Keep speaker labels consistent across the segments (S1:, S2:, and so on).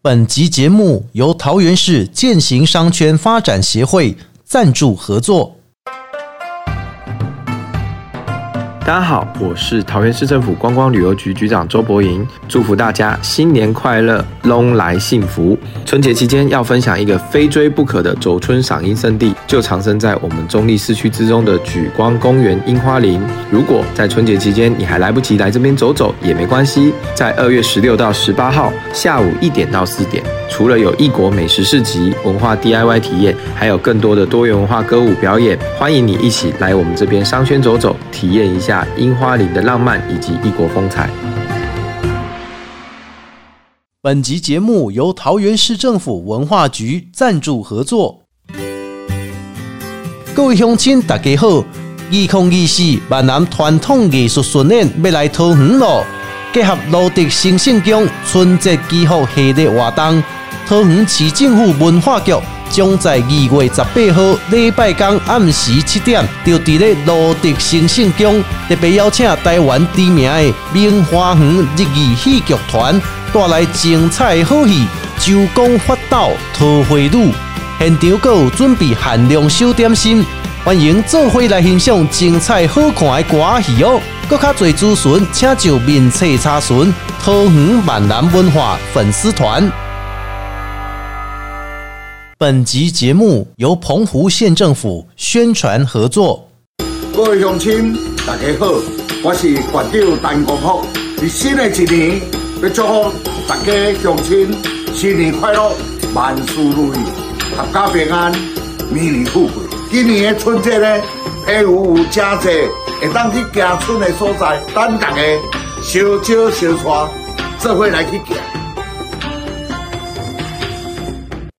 S1: 本集节目由桃园市践行商圈发展协会赞助合作。
S2: 大家好，我是桃园市政府观光旅游局局长周博莹，祝福大家新年快乐，龙来幸福。春节期间要分享一个非追不可的走春赏樱圣地，就藏身在我们中立市区之中的举光公园樱花林。如果在春节期间你还来不及来这边走走也没关系，在二月十六到十八号下午一点到四点，除了有异国美食市集、文化 DIY 体验，还有更多的多元文化歌舞表演，欢迎你一起来我们这边商圈走走，体验一下樱花林的浪漫以及异国风采。
S1: 本集节目由桃园市政府文化局赞助合作。各位乡亲，大家好！二空二四闽南传统艺术巡演要来桃园咯，结合罗德新信宫春节祈福系列活动，桃园市政府文化局将在二月十八号礼拜天暗时七点，就伫咧罗德新信宫特别邀请台湾知名的明花园日语戏剧团带来精彩好戏《周公发道桃花女》。现场阁有准备限量小点心，欢迎做伙来欣赏精彩好看的歌戏哦！更较侪资讯，请就面册查询桃园闽南文化粉丝团。本集节目由澎湖县政府宣传合作。
S3: 各位乡亲，大家好，我是县长陈国福。在新的一年，要祝福大家乡亲新年快乐，万事如意，阖家平安，年年富贵。今年的春节呢，澎湖有真多会当去行村的所在，咱大家小酒小菜，做伙来去行。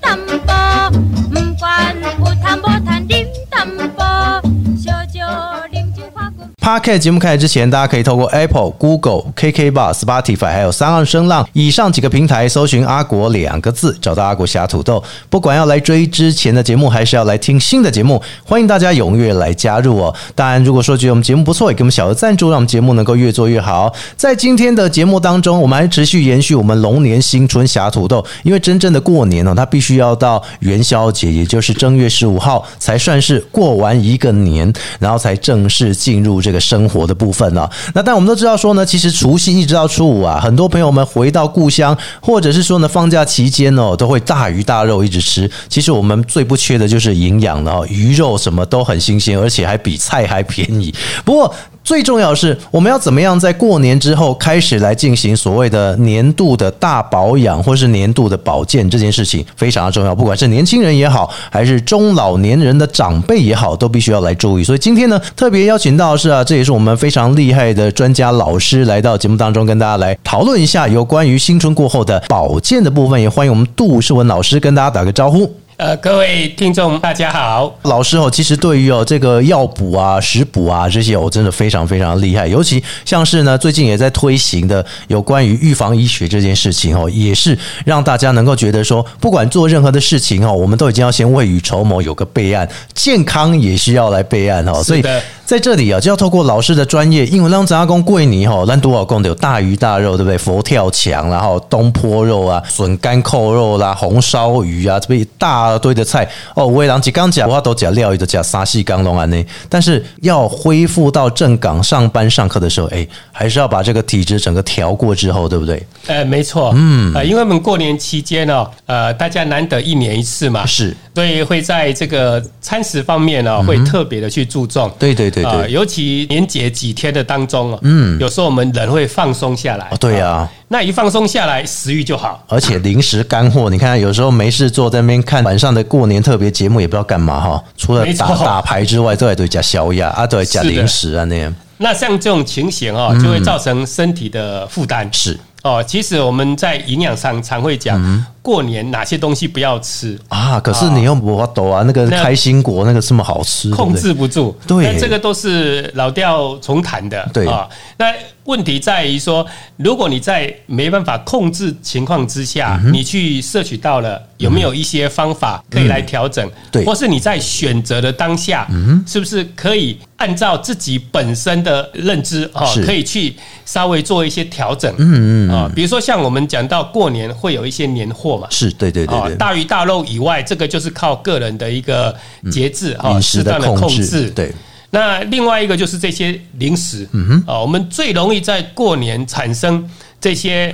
S4: tâm bò Mừng quan u tham bò than điểm tâm bò Cho cho điểm chữ khoa cùng
S1: Podcast 节目开始之前，大家可以透过 Apple、Google、KK Bar、Spotify 还有三岸声浪以上几个平台搜寻“阿国”两个字，找到阿国侠土豆。不管要来追之前的节目，还是要来听新的节目，欢迎大家踊跃来加入哦。当然，如果说觉得我们节目不错，也给我们小额赞助，让我们节目能够越做越好。在今天的节目当中，我们还持续延续我们龙年新春侠土豆，因为真正的过年哦，它必须要到元宵节，也就是正月十五号才算是过完一个年，然后才正式进入这个生活的部分了、那但我们都知道说呢，其实除夕一直到初五啊，很多朋友们回到故乡，或者是说呢放假期间哦，都会大鱼大肉一直吃。其实我们最不缺的就是营养了、哦，鱼肉什么都很新鲜，而且还比菜还便宜。不过最重要的是，我们要怎么样在过年之后开始来进行所谓的年度的大保养，或是年度的保健这件事情非常的重要。不管是年轻人也好，还是中老年人的长辈也好，都必须要来注意。所以今天呢，特别邀请到的是啊，这也是我们非常厉害的专家老师来到节目当中，跟大家来讨论一下有关于新春过后的保健的部分。也欢迎我们杜世文老师跟大家打个招呼。
S5: 呃，各位听众大家好，
S1: 老师哦，其实对于哦这个药补啊、食补啊这些，我真的非常非常厉害。尤其像是呢，最近也在推行的有关于预防医学这件事情哦，也是让大家能够觉得说，不管做任何的事情哦，我们都已经要先未雨绸缪，有个备案，健康也需要来备案哦。所以
S5: 是的
S1: 在这里啊，就要透过老师的专业，因为让咱阿公贵你吼，咱多少公的有大鱼大肉，对不对？佛跳墙啦，然后东坡肉啊，笋干扣肉啦，红烧鱼啊，这边一大堆的菜哦。我也人一刚讲，我都讲料理都讲沙西刚龙安呢。啊但是要恢复到正岗上班上课的时候，哎，还是要把这个体质整个调过之后，对不对？
S5: 呃，没错，嗯，呃，因为我们过年期间哦，呃，大家难得一年一次嘛，
S1: 啊是，嗯
S5: 所以会在这个餐食方面呢、哦，会特别的去注重，
S1: 对对对对
S5: 啊尤其年节几天的当中哦，嗯，有时候我们人会放松下来，
S1: 哦对啊
S5: 那一放松下来，食欲就好，
S1: 而且零食干货，你看有时候没事做，在那边看晚上的过年特别节目，也不知道干嘛哈。除了
S5: 没错
S1: 打打牌之外，都还对加宵夜啊，都还加
S5: 是的
S1: 零食啊那样。
S5: 那像这种情形哦，就会造成身体的负担，
S1: 嗯是嗯
S5: 哦，其实我们在营养上常会讲，过年哪些东西不要吃，
S1: 啊，可是你又没法抖啊，那个
S5: 那
S1: 开心果那个这么好吃，
S5: 控
S1: 对不对
S5: 制不住。
S1: 对
S5: 那这个都是老调重弹的。
S1: 对
S5: 啊，那问题在于说，如果你在没办法控制情况之
S1: 嗯
S5: 下，你去摄取到了，有没有一些方法可以来调整？
S1: 嗯对嗯
S5: 或是你在选择的当下，是不是可以按照自己本身的认知啊，
S1: 是
S5: 可以去稍微做一些调整？嗯嗯啊，比如说像我们讲到过年会有一些年货嘛，
S1: 是对对
S5: 啊
S1: 对，对，
S5: 大鱼大肉以外，这个就是靠个人的一个节制啊，
S1: 嗯饮
S5: 适
S1: 食
S5: 当的控
S1: 控
S5: 制。
S1: 对，
S5: 那另外一个就是这些零食，嗯哼，啊，我们最容易在过年产生这些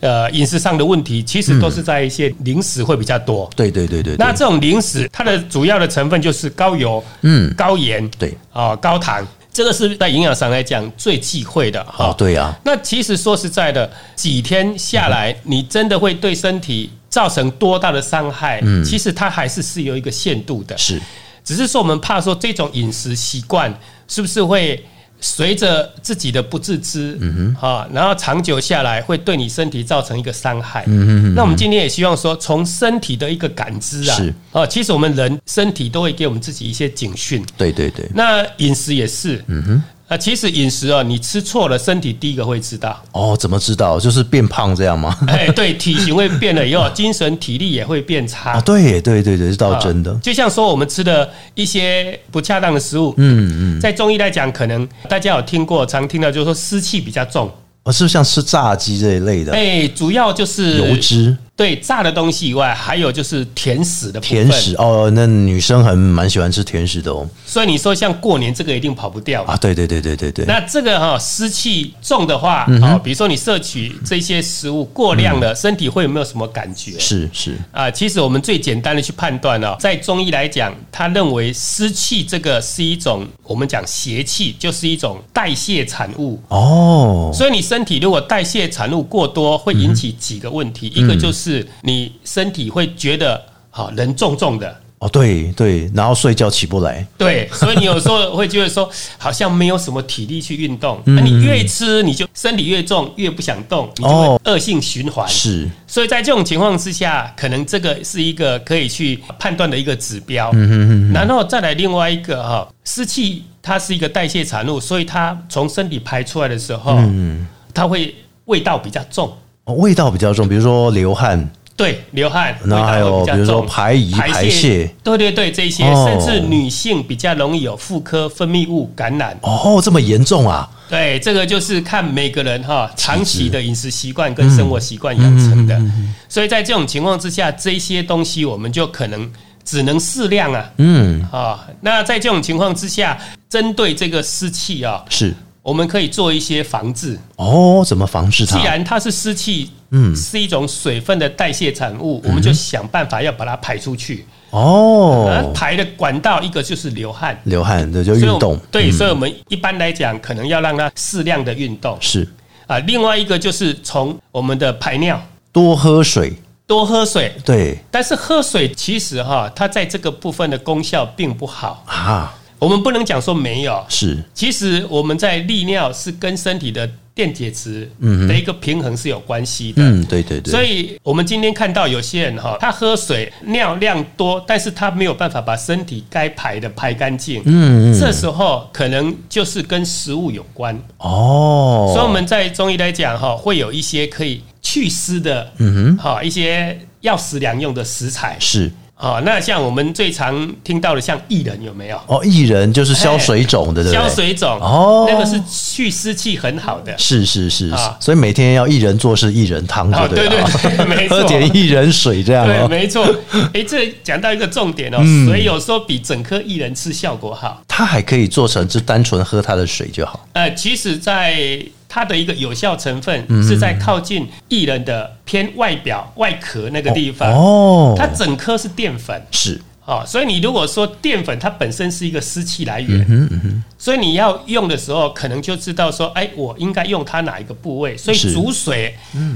S5: 呃饮食上的问题，其实都是在一些零食会比较多。
S1: 对对对对，
S5: 那
S1: 对
S5: 这种零食，它的主要的成分就是高油、
S1: 嗯
S5: 高盐、
S1: 对
S5: 啊、高糖，这个是在营养上来讲最忌讳的哈、
S1: 哦对啊，
S5: 那其实说实在的，几天下来，你真的会对身体造成多大的伤害？嗯，其实它还是是有一个限度的，
S1: 是
S5: 只是说我们怕说这种饮食习惯是不是会。随着自己的不自知，嗯哼，啊，然后长久下来会对你身体造成一个伤害，嗯哼那我们今天也希望说，从身体的一个感知啊，
S1: 是
S5: 啊，其实我们人身体都会给我们自己一些警讯，
S1: 对对对，
S5: 那饮食也是，嗯哼，啊，其实饮食啊，你吃错了，身体第一个会知道，
S1: 哦，怎么知道？就是变胖这样吗？
S5: 哎，对，体型会变了以后，精神体力也会变差。
S1: 啊，对对对对，是倒真的
S5: 啊，就像说我们吃的一些不恰当的食物，嗯嗯，在中医来讲，可能大家有听过，常听到就是说湿气比较重，
S1: 哦，是不是像吃炸鸡这一类的
S5: 哎，主要就是
S1: 油脂、
S5: 对炸的东西以外，还有就是甜食的部分
S1: 甜食？哦，那女生很蛮喜欢吃甜食的哦。
S5: 所以你说像过年这个一定跑不掉
S1: 啊，对对对对对对，
S5: 那这个哈、湿气重的话，
S1: 嗯
S5: 哦，比如说你摄取这些食物过量了，身体会有没有什么感觉？
S1: 是是
S5: 啊、其实我们最简单的去判断哦，在中医来讲，他认为湿气这个是一种我们讲邪气，就是一种代谢产物。
S1: 哦，
S5: 所以你身体如果代谢产物过多，会引起几个问
S1: 嗯
S5: 题，一个就是你身体会觉得好、人重重的，
S1: 哦对对，然后睡觉起不来，
S5: 对，所以你有时候会觉得说，好像没有什么体力去运动。
S1: 嗯
S5: 那、你越吃，你就身体越重，越不想动，你就会
S1: 哦
S5: 恶性循环。
S1: 是
S5: 所以在这种情况之下，可能这个是一个可以去判断的一个指标。
S1: 嗯
S5: 然后再来另外一个哈，湿气它是一个代谢产物，所以它从身体排出来的时候，
S1: 嗯
S5: 它会味道比较重。
S1: 哦味道比较重，比如说流汗，
S5: 对，流汗，
S1: 然后还有
S5: 味道会较
S1: 比如说
S5: 重
S1: 排遗排泄，
S5: 对对对，这些、
S1: 哦
S5: 甚至女性比较容易有妇科分泌物感染。
S1: 哦，这么严重啊？
S5: 对，这个就是看每个人哈长期的饮食习惯跟生活习惯养成
S1: 嗯
S5: 的。所以在这种情况之下，这些东西我们就可能只能适量啊。
S1: 嗯，
S5: 啊，那在这种情况之下，针对这个湿气啊，
S1: 是
S5: 我们可以做一些防治。
S1: 哦，怎么防治它
S5: 既？然它是湿气，
S1: 嗯
S5: 是一种水分的代谢产物，我们就想办法要把它排出去。而
S1: 哦，
S5: 排的管道一个就是流汗，
S1: 流汗对，就
S5: 啊所以
S1: 运
S5: 我
S1: 动嗯
S5: 们，对，所以我们一般来讲，可能要让它适量的运动
S1: 是
S5: 啊。另外一个就是从我们的排尿，
S1: 多喝水，
S5: 多喝水。
S1: 对
S5: 但是喝水其实哈，它在这个部分的功效并不好，
S1: 啊，
S5: 我们不能讲说没有。
S1: 是
S5: 其实我们在利尿是跟身体的电解质的一个平衡是有关系的。
S1: 嗯，对对对，
S5: 所以，我们今天看到有些人哈，他喝水尿量多，但是他没有办法把身体该排的排干净。嗯这时候可能就是跟食物有关。
S1: 哦，
S5: 所以我们在中医来讲哈，会有一些可以祛湿的，嗯哼，好一些药食两用的食材。
S1: 是
S5: 好，那像我们最常听到的，像薏仁有没有？
S1: 哦，薏仁就是消水肿的，对不对？
S5: 消水肿
S1: 哦
S5: 那个是去湿气很好的。
S1: 是是是是
S5: 啊，
S1: 所以每天要薏仁做事，薏仁汤
S5: 哦
S1: 就对了，
S5: 对对 对没错
S1: 喝点薏仁水这样
S5: 对，
S1: 哦。嗯
S5: 没错。哎，这讲到一个重点哦，水有时候比整颗薏仁吃效果好。
S1: 它还可以做成就单纯喝它的水就好，
S5: 呃，其实，在它的一个有效成分
S1: 嗯
S5: 是在靠近薏仁的偏外表外壳那个地方，
S1: 哦
S5: 啊它整颗是淀粉。
S1: 是
S5: 哦，所以你如果说淀粉它本身是一个湿气来
S1: 嗯
S5: 源，所以你要用的时候，可能就知道说，哎，我应该用它哪一个部位，所以
S1: 是
S5: 煮水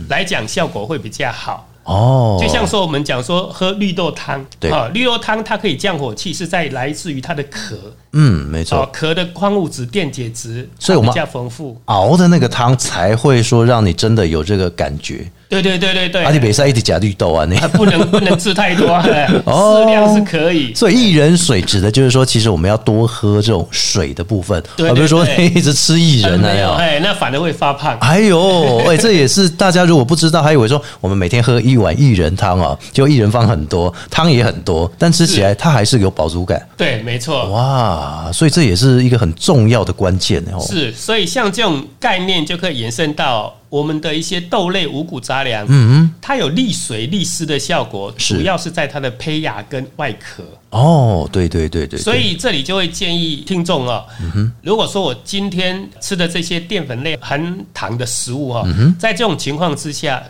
S5: 来讲效果会比较好。
S1: 哦，
S5: 就像说我们讲说喝绿豆汤，
S1: 对
S5: 啊，绿豆汤它可以降火气，是在来自于它的壳，
S1: 嗯，没
S5: 哦
S1: 错，，
S5: 壳的矿物质、电解质，
S1: 所以我
S5: 它
S1: 们
S5: 比较丰富。
S1: 熬的那个汤才会说让你真的有这个感觉，
S5: 对对对对对，
S1: 阿弟北赛一直加绿豆啊，你
S5: 啊，不能不 能吃太多，哎
S1: 哦
S5: 适量是可以。
S1: 所以薏仁水指的就是说，其实我们要多喝这种水的部分，
S5: 对对
S1: 而不是说
S5: 对
S1: 一直吃薏仁那
S5: 没有，
S1: 样。
S5: 哎，那反而会发胖。
S1: 哎呦，哎，这也是大家如果不知道，还以为说我们每天喝一碗薏仁汤哦，就薏仁放很多，汤也很多，但吃起来它还是有饱足感。
S5: 对，没错。
S1: 哇，所以这也是一个很重要的关键哦。
S5: 是，所以像这种概念就可以延伸到我们的一些豆类、五谷杂粮，
S1: 嗯
S5: 它有利水利湿的效果，
S1: 是
S5: 主要是在它的胚芽跟外壳。
S1: 哦，对对对嗯对，对
S5: 所以这里就会建议听众啊、如果说我今天吃的这些淀粉类含糖的食物
S1: 嗯
S5: 哈、在这种情况之下，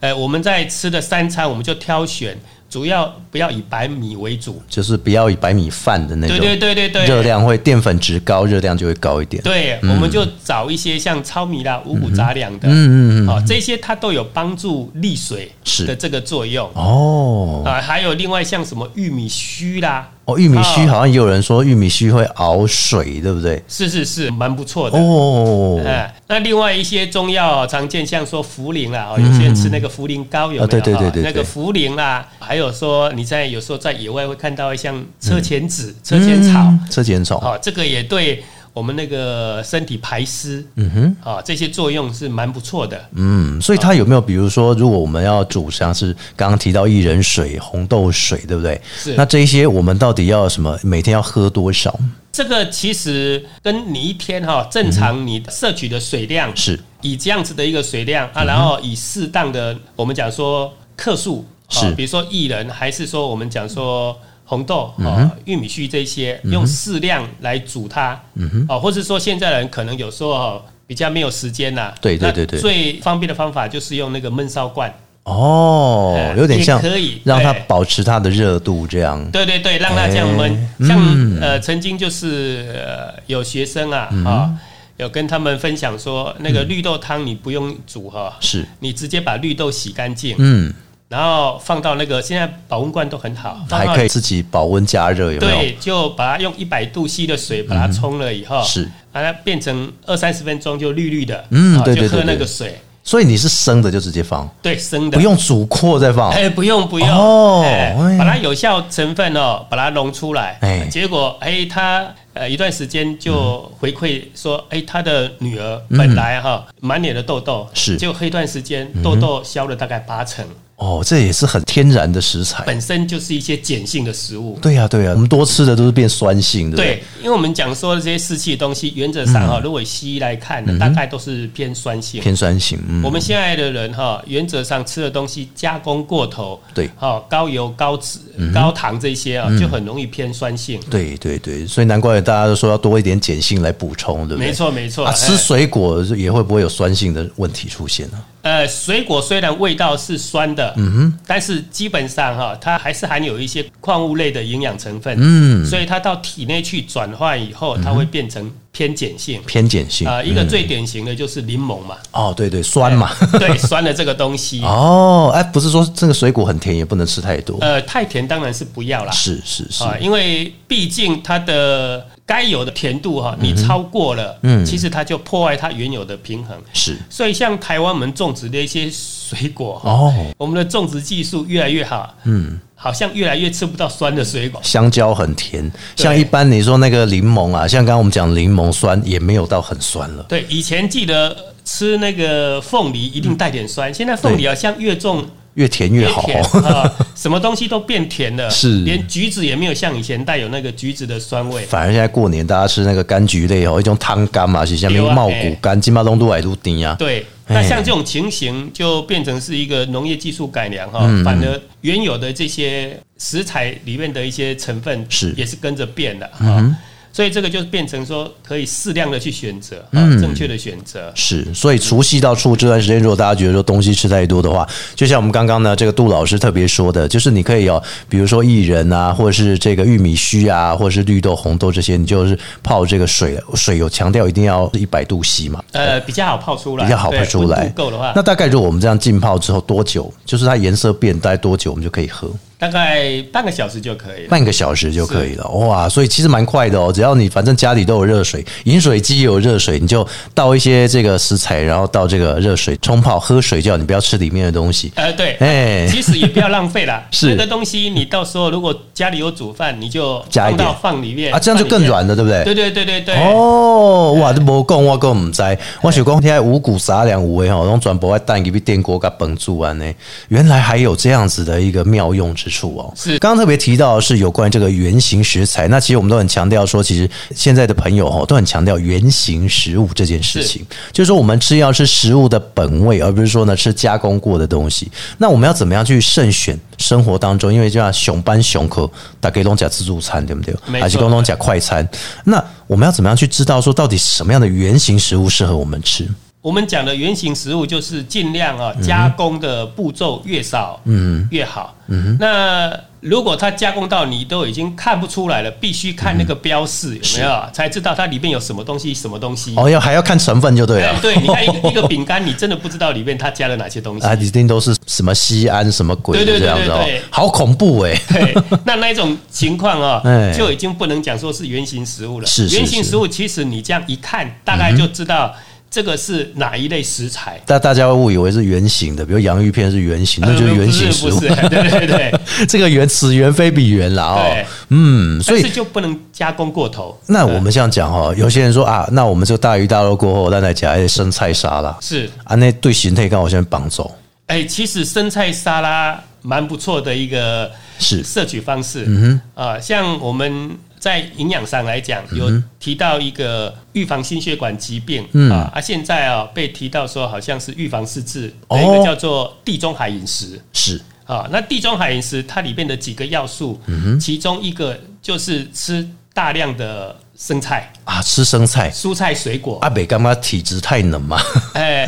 S5: 呃，我们在吃的三餐我们就挑选，主要不要以白米为主。
S1: 就是不要以白米饭的那种，
S5: 对对对对对，
S1: 热量会淀粉值高，热量就会高一点。
S5: 对，我们就找一些像糙米啦、五谷杂粮的，
S1: 嗯嗯嗯嗯
S5: 好、这些它都有帮助利水的这个作用
S1: 哦
S5: 啊。还有另外像什么玉米须啦，
S1: 哦，玉米须好像也有人说玉米须会熬水，对不对？
S5: 是是是，蛮不错的。
S1: 哦，
S5: 哎，那另外一些中药啊常见，像说茯苓啦，哦，有些人吃那个茯苓膏有没有？
S1: 啊对对对
S5: 哦
S1: 对对
S5: 那个茯苓啦，还有说你在有时候在野外会看到像车前子、车前草，
S1: 嗯车前草，
S5: 哦，这个也对我们那个身体排湿，嗯
S1: 哼，
S5: 哦，这些作用是蛮不错的。
S1: 嗯，所以它有没有比如说，如果我们要煮像是刚刚提到薏仁水、红豆水，对不对？
S5: 是
S1: 那这一些我们到底要什么？每天要喝多少？
S5: 这个其实跟你一天哈、正常你摄取的水量，
S1: 是嗯
S5: 以这样子的一个水量啊，然后以适当的我们讲说克数，啊
S1: 是
S5: 比如说薏仁，还是说我们讲说红豆
S1: 嗯
S5: 啊、玉米须这些，用适量来煮它，
S1: 嗯
S5: 哦，或是说现在人可能有时候哦比较没有时间呐，
S1: 对对
S5: 那
S1: 对对
S5: 最方便的方法就是用那个焖烧罐，
S1: 哦，
S5: 哎
S1: 有点像
S5: 也可以
S1: 让它
S5: 对
S1: 保持它的热度这样。
S5: 对对对，让它这样闷。
S1: 哎
S5: 像、
S1: 嗯
S5: 呃，曾经就是呃，有学生啊啊、有跟他们分享说，那个绿豆汤你不用煮哈、
S1: 嗯是，
S5: 你直接把绿豆洗干净，
S1: 嗯，
S5: 然后放到那个现在保温罐都很好，放
S1: 还
S5: 到
S1: 可以自己保温加热，有没有？
S5: 对，就把它用一百度 C 的水把它冲了以后，
S1: 是
S5: 把它变成二三十分钟就绿绿的，
S1: 嗯
S5: 啊
S1: 对对
S5: 就喝
S1: 对对
S5: 那个水，
S1: 所以你是生的就直接放，
S5: 对，生的
S1: 不。用煮过再放。
S5: 哎，不用不用，
S1: 哦
S5: 哎
S1: 哎
S5: 把它有效成分哦，把它溶出来，
S1: 哎嗯
S5: 结果哎，他呃一段时间就回馈说，哎，他的女儿本来哈满脸的痘痘，
S1: 嗯是
S5: 结果喝一段时间痘痘消了大概八成，
S1: 哦，这也是很天然的食材。
S5: 本身就是一些碱性的食物。
S1: 对呀、啊对呀、我们多吃的都是变酸性，对不嗯对？
S5: 对，因为我们讲说的这些湿气的东西，原则上哈，如果以西医来看呢，大概都是偏酸性。
S1: 偏酸性。嗯，
S5: 我们现在的人哈，原则上吃的东西加工过头，
S1: 对嗯
S5: 哈，高油、高脂、高糖这些啊，就很容易偏酸性。
S1: 对对对，所以难怪大家都说要多一点碱性来补充，对不对？
S5: 没错，没错。
S1: 啊，
S5: 哎
S1: 吃水果也会不会有酸性的问题出现呢、
S5: 呃，水果虽然味道是酸的，嗯哼，但是基本上哈，它还是含有一些矿物类的营养成分，嗯，所以它到体内去转换以后，它会变成偏碱性。
S1: 嗯偏碱性
S5: 啊、
S1: 啊、
S5: 一个最典型的就是柠檬嘛，
S1: 哦，对对，酸嘛。
S5: 对，酸的这个东西，
S1: 哦，哎，不是说这个水果很甜也不能吃太多，
S5: 呃，太甜当然是不要啦，
S1: 是是是，
S5: 啊，因为毕竟它的该有的甜度哈、你超过了，
S1: 嗯
S5: 其实它就破坏它原有的平衡。
S1: 是
S5: 所以像台湾我们种植的一些水果哈、
S1: 哦，
S5: 我们的种植技术越来越好，嗯，好像越来越吃不到酸的水果。
S1: 香蕉很甜，
S5: 对
S1: 像一般你说那个柠檬啊，像刚刚我们讲柠檬酸也没有到很酸了。
S5: 对，以前记得吃那个凤梨一定带点酸，现在凤梨好像越种
S1: 越甜嗯越好。
S5: 甜啊，什么东西都变甜 了，
S1: 是
S5: 连橘子也没有像以前带有那个橘子的酸味。
S1: 反而现在过年大家吃那个柑橘类哦，一种汤柑嘛，是下面
S5: 对啊
S1: 茂谷柑，金马东都矮都丁啊。
S5: 对，
S1: 哎
S5: 那像这种情形就变成是一个农业技术改良哈，
S1: 嗯
S5: 反而原有的这些食材里面的一些成分
S1: 是嗯
S5: 也是跟着变的哈，所以这个就变成说可以适量的去选择，啊
S1: 嗯
S5: 正确的选择。
S1: 是，所以除夕到初五这段时间，如果大家觉得说东西吃太多的话，就像我们刚刚呢，这个杜老师特别说的，就是你可以有，比如说薏仁啊，或者是这个玉米须啊，或者是绿豆、红豆这些，你就是泡这个水，水有强调一定要一百度 C 嘛，
S5: 呃，比较好泡出来，
S1: 比较好泡
S5: 对
S1: 出
S5: 温
S1: 来。
S5: 度够的话
S1: 那，大概如果我们这样浸泡之后多久，就是它颜色变，大概多久我们就可以喝？
S5: 大概半个小时就可以了。
S1: 半个小时就可以了，哇！所以其实蛮快的哦，只要你反正家里都有热水，饮水机也有热水，你就倒一些这个食材，然后倒这个热水冲泡，喝水就好，你不要吃里面的东西。
S5: 呃，对，
S1: 哎
S5: 其实也不要浪 费啦。
S1: 是
S5: 那个东西，你到时候如果家里有煮饭，你就
S1: 加一
S5: 放
S1: 点
S5: 到放里面
S1: 啊，这样就更。
S5: 放里面
S1: 软了，对不对？
S5: 对对对对对。
S1: 哦，哇，你无讲，我更唔知。我想讲，现在五谷杂粮有诶吼，拢全部爱蛋给比电锅给崩住安呢。原来还有这样子的一个妙用之处哦。
S5: 是
S1: 刚刚特别提到的是有关这个原型食材，那其实我们都很强调说，其实现在的朋友吼都很强调原型食物这件事情，就是说我们吃要吃食物的本味，而不是说呢吃加工过的东西。那我们要怎么样去慎选生活当中？因为就像熊班熊科，大家拢讲自助餐，对不对？
S5: 没错
S1: 还是讲拢讲快餐。那我们要怎么样去知道说到底什么样的原型食物适合我们吃？
S5: 我们讲的原型食物就是尽量啊，
S1: 嗯
S5: 加工的步骤越少，嗯，越好。嗯，那如果它加工到你都已经看不出来了，必须看那个标示有没有啊，才知道它里面有什么东西，什么东西。
S1: 嗯哦，要还要看成分就对
S5: 嗯哎
S1: 了。
S5: 对，你看一个一个饼干，你真的不知道里面它加了哪些东 西
S1: 啊，。一定都是什么西安什么鬼的
S5: 对对
S1: 这
S5: 对
S1: 样子哦
S5: 对对对，
S1: 好恐怖哎、
S5: 对，那那一种情况啊、
S1: 哎
S5: 就已经不能讲说是原型食物了。
S1: 是是嗯
S5: 原型食物，其实你这样一看，大概就知道这个是哪一类食材。
S1: 但 大家会误以为是圆形的，比如洋芋片是圆形，那就是
S5: 呃
S1: 圆
S5: 不
S1: 形
S5: 是
S1: 食物
S5: 不。是，对对对。
S1: 这个圆此圆非彼圆啦 哦
S5: 对，
S1: 嗯，所
S5: 但
S1: 以
S5: 是就不能加工过头。
S1: 那我们这样讲哦，有些人说啊，那我们这个大鱼大肉过后，那再加一些生菜沙拉
S5: 是，
S1: 啊，那对形态刚好先绑走，
S5: 哎、其实生菜沙拉蛮不错的一个
S1: 是
S5: 摄取方式。嗯哼，啊、像我们在营养上来
S1: 嗯
S5: 讲，有提到一个预防心血管疾病，
S1: 嗯
S5: 啊，啊，现在啊、被提到说好像是预防失智的一个
S1: 哦
S5: 叫做地中海饮食。
S1: 是
S5: 啊，那地中海饮食它里面的几个要素，
S1: 嗯
S5: 其中一个就是吃大量的生菜、
S1: 啊，吃生菜
S5: 蔬菜、水果
S1: 阿啊北干嘛体质太冷嘛？
S5: 哎，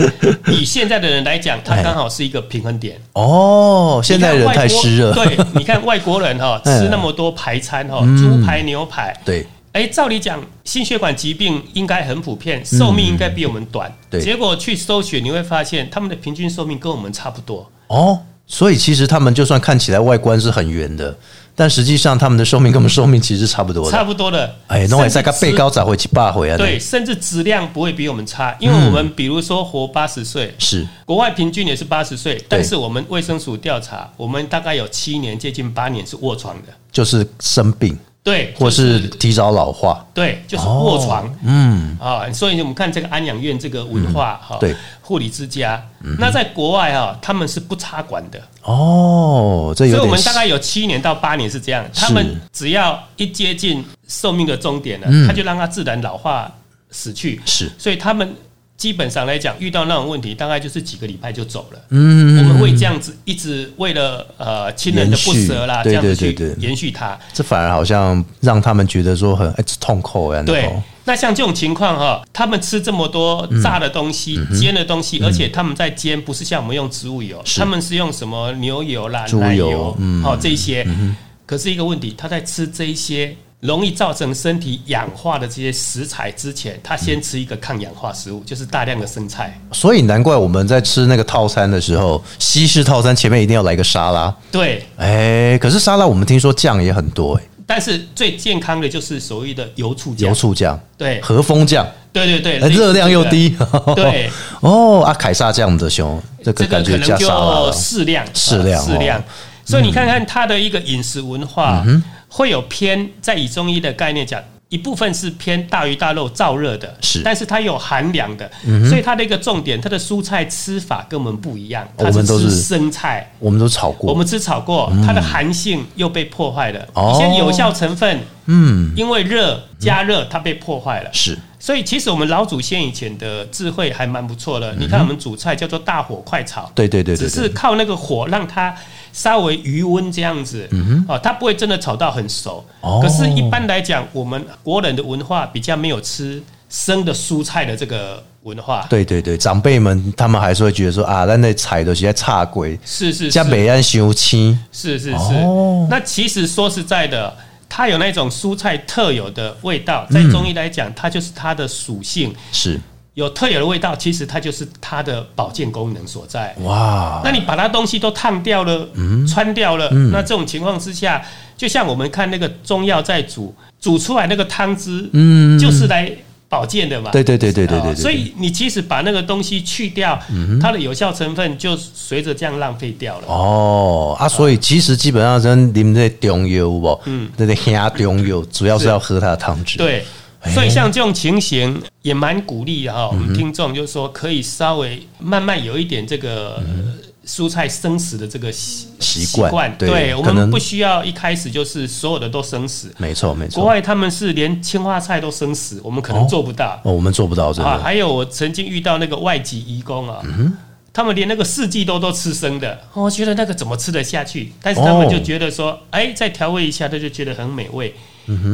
S5: 以现在的人来讲，它
S1: 哎
S5: 刚好是一个平衡点。
S1: 哦，现在人
S5: 你看
S1: 太
S5: 外国
S1: 湿热，
S5: 对，你看外国人哈、
S1: 嗯
S5: 吃那么多排餐哈、
S1: 嗯
S5: 猪排、牛排，
S1: 对
S5: 哎，照理讲，心血管疾病应该很普遍，寿命应该比我们短。
S1: 嗯对
S5: 结果去搜寻你会发现，他们的平均寿命跟我们差不多。
S1: 哦，所以其实他们就算看起来外观是很圆的，但实际上他们的寿命跟我们寿命其实差不多
S5: 差
S1: 的。
S5: 不多的，
S1: 哎，弄
S5: 甚
S1: 海
S5: 至
S1: 在个
S5: 吃
S1: 背高找回去霸回啊，
S5: 对，甚至质量不会比我们差，因为
S1: 嗯
S5: 我们比如说活八十岁，
S1: 是
S5: 国外平均也是八十岁，但是我们卫生署调查，我们大概有七年接近八年是卧床的，
S1: 就是生病
S5: 对，
S1: 或
S5: 就是
S1: 提早老化，
S5: 对，就是
S1: 哦
S5: 卧床
S1: 嗯，
S5: 啊、所以我们看这个安养院这个文化哈、
S1: 对嗯
S5: 护理之家，那在国外哈、他们是不插管的，
S1: 哦，这
S5: 所
S1: 有
S5: 以我们
S1: 点
S5: 大概有七年到八年是这样，
S1: 是
S5: 他们只要一接近寿命的终点了，他就让它自然老化死去，
S1: 嗯是
S5: 所以他们。基本上来讲，遇到那种问题，大概就是几个礼拜就走了。
S1: 嗯
S5: 我们会这样子一直为了呃亲人的不舍啦，
S1: 延续
S5: 这样子
S1: 对
S5: 去
S1: 对对对
S5: 延续它。
S1: 这反而好像让他们觉得说很哎、这痛苦哎，
S5: 对
S1: 哦，
S5: 那像这种情况哈、他们吃这么多炸的东
S1: 嗯
S5: 西、煎的东西，而且他们在煎不是像我们用植物油，他们是用什么牛油啦、
S1: 猪油
S5: 奶油，
S1: 嗯
S5: 好、这一些。可是一个问题，他在吃这一些容易造成身体氧化的这些食材之前，他先吃一个抗氧化食物，就是大量的生菜。
S1: 所以难怪我们在吃那个套餐的时候，西式套餐前面一定要来个沙拉，
S5: 对，
S1: 哎、可是沙拉我们听说酱也很多哎、
S5: 但是最健康的就是所谓的油醋酱
S1: 油，醋酱、
S5: 对
S1: 和风酱，
S5: 对对对，
S1: 哎热量又
S5: 类似
S1: 低，
S5: 这个。对，
S1: 哦，啊，凯撒酱的熊，这
S5: 这
S1: 个
S5: 个
S1: 感
S5: 可
S1: 觉
S5: 能
S1: 加沙拉
S5: 就
S1: 了，
S5: 适量，
S1: 适量
S5: 呃适量
S1: 哦。嗯
S5: 所以你看看它的一个饮食文化，会有偏在以中医的概念讲。一部分是偏大鱼大肉燥热的，
S1: 是嗯
S5: 但是它有寒凉的，所以它的一个重点，它的蔬菜吃法跟我们不一样，
S1: 哦我
S5: 它
S1: 们
S5: 是
S1: 都
S5: 吃
S1: 是
S5: 生菜，
S1: 我们都炒过，
S5: 我们吃炒过，它的寒性又被破坏了，
S1: 哦
S5: 一些有效成分
S1: 嗯
S5: 因为热加热它被破坏了，
S1: 是
S5: 所以其实我们老祖先以前的智慧还蛮不错
S1: 嗯
S5: 的。你看我们煮菜叫做大火快炒，
S1: 对对对对
S5: 只是
S1: 对，
S5: 靠那个火让它稍微余温这样子，哦，它不会真的炒到很熟。
S1: 嗯哦
S5: 可是，一般来讲，我们国人的文化比较没有吃生的蔬菜的这个文化。，
S1: 对对对，长辈们他们还是会觉得说啊，咱那菜都是在差鬼，
S5: 是是
S1: 加
S5: 是
S1: 北岸修青，
S5: 是是是
S1: 哦。
S5: 那其实说实在的。它
S1: 嗯
S5: 有那种蔬菜特有的味道，在中医来讲，它就是它的属性。
S1: 是
S5: 有特有的味道，其实它就是它的保健功能所在。
S1: 哇，
S5: 那你把它东西都烫掉了，
S1: 嗯
S5: 穿掉了，那这种情况之下，就像我们看那个中药在煮，煮出来那个汤汁，
S1: 嗯
S5: 就是来保健的嘛。
S1: 对对对对对对对
S5: 哦所以你即使把那个东西去掉，它的有效成分就随着这样浪费掉了。
S1: 哦啊，所以其实基本上真你们这中药不，嗯，那个黑中药主要是要喝它的汤汁，，
S5: 对，
S1: 哎
S5: 所以像这种情形也蛮鼓励的
S1: 嗯
S5: 哈、我们听众就是说可以稍微慢慢有一点这个。蔬菜生食的这个习
S1: 嗯习惯对
S5: 对我
S1: 可能
S5: 们不需要一开始就是所有的都生食，
S1: 没错没
S5: 国
S1: 错，
S5: 外他们是连青花菜都生食，我们可能做不到、
S1: 哦，我们做不到真
S5: 啊。
S1: 的，嗯
S5: 还有我曾经遇到那个外籍移工啊，他们连那个四季豆都吃生的，哦我觉得那个怎么吃得下去？但是他
S1: 哦
S5: 们就觉得说，哎、再调味一下，他就觉得很美味。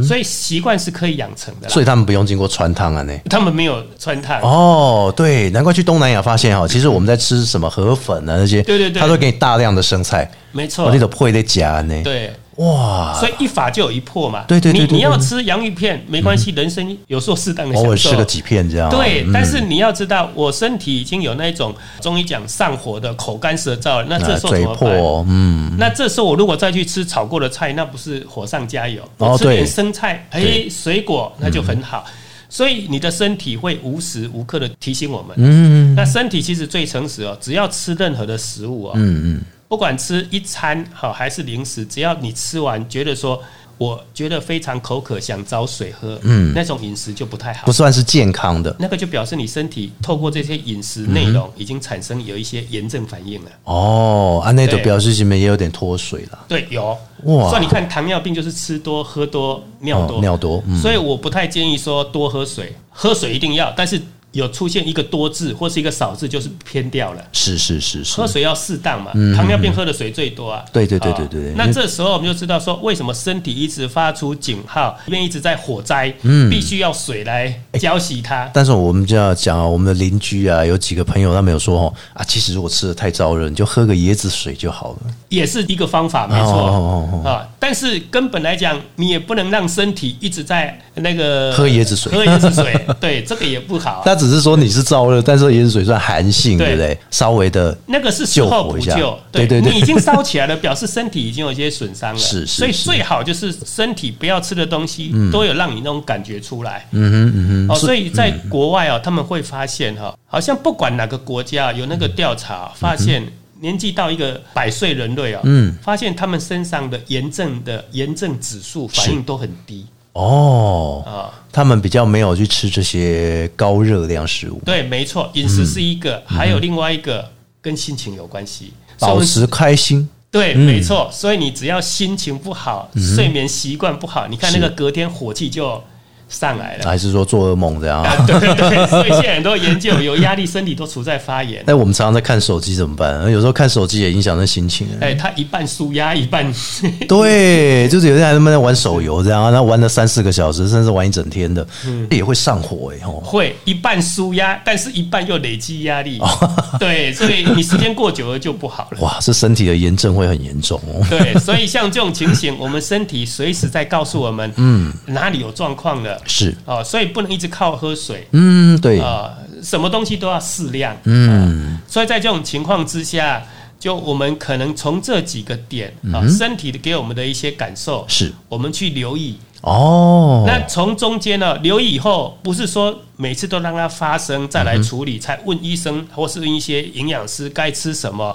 S5: 所以习惯是可以养成的
S1: 嗯
S5: 啦
S1: 所以他们不用经过穿汤啊呢。
S5: 他们没有穿烫。
S1: 哦，对，难怪去东南亚发现哈，哦其实我们在吃什么河粉啊那些，
S5: 对对对
S1: 他都给你大量的生菜，哦
S5: 没错
S1: 我那，种配在夹呢，
S5: 对，
S1: 哇，
S5: 所以一法就有一破嘛。
S1: 啊对对对对
S5: 你
S1: 对嗯
S5: 你要吃洋芋片没关系，人生有时候适当的享
S1: 偶
S5: 受。
S1: 尔吃个几片这样，
S5: 对，
S1: 嗯
S5: 但是你要知道，我身体已经有那种中医讲上火的口干舌燥了，那这
S1: 啊
S5: 时候怎
S1: 嘴
S5: 么办？
S1: 破，嗯，
S5: 那这时候我如果再去吃炒过的菜，那不是火上加油？
S1: 哦
S5: 我吃
S1: 对
S5: 点生菜，哎
S1: 对，
S5: 水果那就很好。所以你的身体会无时无刻的提醒我们。嗯，那身体其实最诚实哦，只要吃任何的食物哦，嗯嗯，不管吃一餐好还是零食，只要你吃完觉得说。我觉得非常口渴，想找水喝，嗯，那种饮食就不太好
S1: 不。算是健康的
S5: 那个就表示你身体透过这些饮食内
S1: 嗯
S5: 容已经产生有一些炎症反应了。
S1: 哦，啊，那种
S5: 对
S1: 表示前面也有点脱水了，
S5: 对，有
S1: 哇
S5: 所以你看糖尿病就是吃多、喝多、尿多、
S1: 哦尿多嗯
S5: 所以我不太建议说多喝水，喝水一定要，但是有出现一个多字或是一个少字就是偏掉了。
S1: 是是是是嗯
S5: 喝，水要适当嘛，糖尿病喝的水最多啊。
S1: 对对对
S5: 啊
S1: 对对对
S5: 那这时候我们就知道说，为什么身体一直发出警号，因为一直在火灾，
S1: 嗯
S5: 必须要水来浇熄它。
S1: 但是我们就要讲啊，我们的邻居啊，有几个朋友他们有说哦，啊，其实如果吃的太燥热，你就喝个椰子水就好了。
S5: 也是一个方法，没错啊、
S1: 哦哦哦
S5: 但是根本来讲，你也不能让身体一直在那个
S1: 喝椰子水
S5: 喝椰子 水，对，这个也不好。啊
S1: 他只是说你是燥热，但是椰子水算寒性，对
S5: 对
S1: 不对？稍微的
S5: 那个是事后
S1: 救
S5: 补
S1: 火一
S5: 救
S1: 下，对对对
S5: 你已经烧起来了，表示身体已经有一些损伤了，
S1: 是是
S5: 所以
S1: 是嗯
S5: 最好就是身体不要吃的东西都有让你那种感觉出来，嗯哼嗯哼，哦，所以在国外哦，他们会发现哈、好像不管哪个国家有那个调
S1: 嗯
S5: 查发现。年纪到一个百岁人类哦，嗯，发现他们身上的炎症的炎症指数反应都很低
S1: 哦，
S5: 啊、
S1: 他们比较没有去吃这些高热量食物，
S5: 对，没错，饮食是一个，
S1: 嗯
S5: 还有另外一个跟心情有关系，所以我
S1: 保
S5: 们
S1: 持开心。
S5: 对，没错。
S1: 嗯
S5: 所以你只要心情不好，睡眠习惯不好，你看那个
S1: 是
S5: 隔天火气就上来了。
S1: 还是说做噩梦这样？
S5: 啊， 对对对，所以现在很多研究有压力，身体都处在发炎。
S1: 但我们常常在看手机怎么办？有时候看手机也影响那心情。啊
S5: 哎，它一半舒压，一半
S1: 对，就是有些人还他妈在玩手游这样，然后玩了三四个小时，甚至玩一整天的，
S5: 嗯
S1: 也会上火哎吼。
S5: 会 一半舒压，但是一半又累积压力。 对，所以你时间过久了就不好了。
S1: 哦哇，这身体的炎症会很严重哦。
S5: 对，所以像这种情形，我们身体随时在告诉我们，嗯，哪里有状况了。
S1: 是，
S5: 哦，所以不能一直靠喝水。
S1: 嗯，对，
S5: 啊、什么东西都要适量。嗯、所以在这种情况之下，就我们可能从这几个点啊、身体的给我们的一些感受，
S1: 是
S5: 我们去留意。
S1: 哦，
S5: 那从中间呢，留意以后，不是说每次都让它发生再来处理，才问医生或是问一些营养师该吃什么。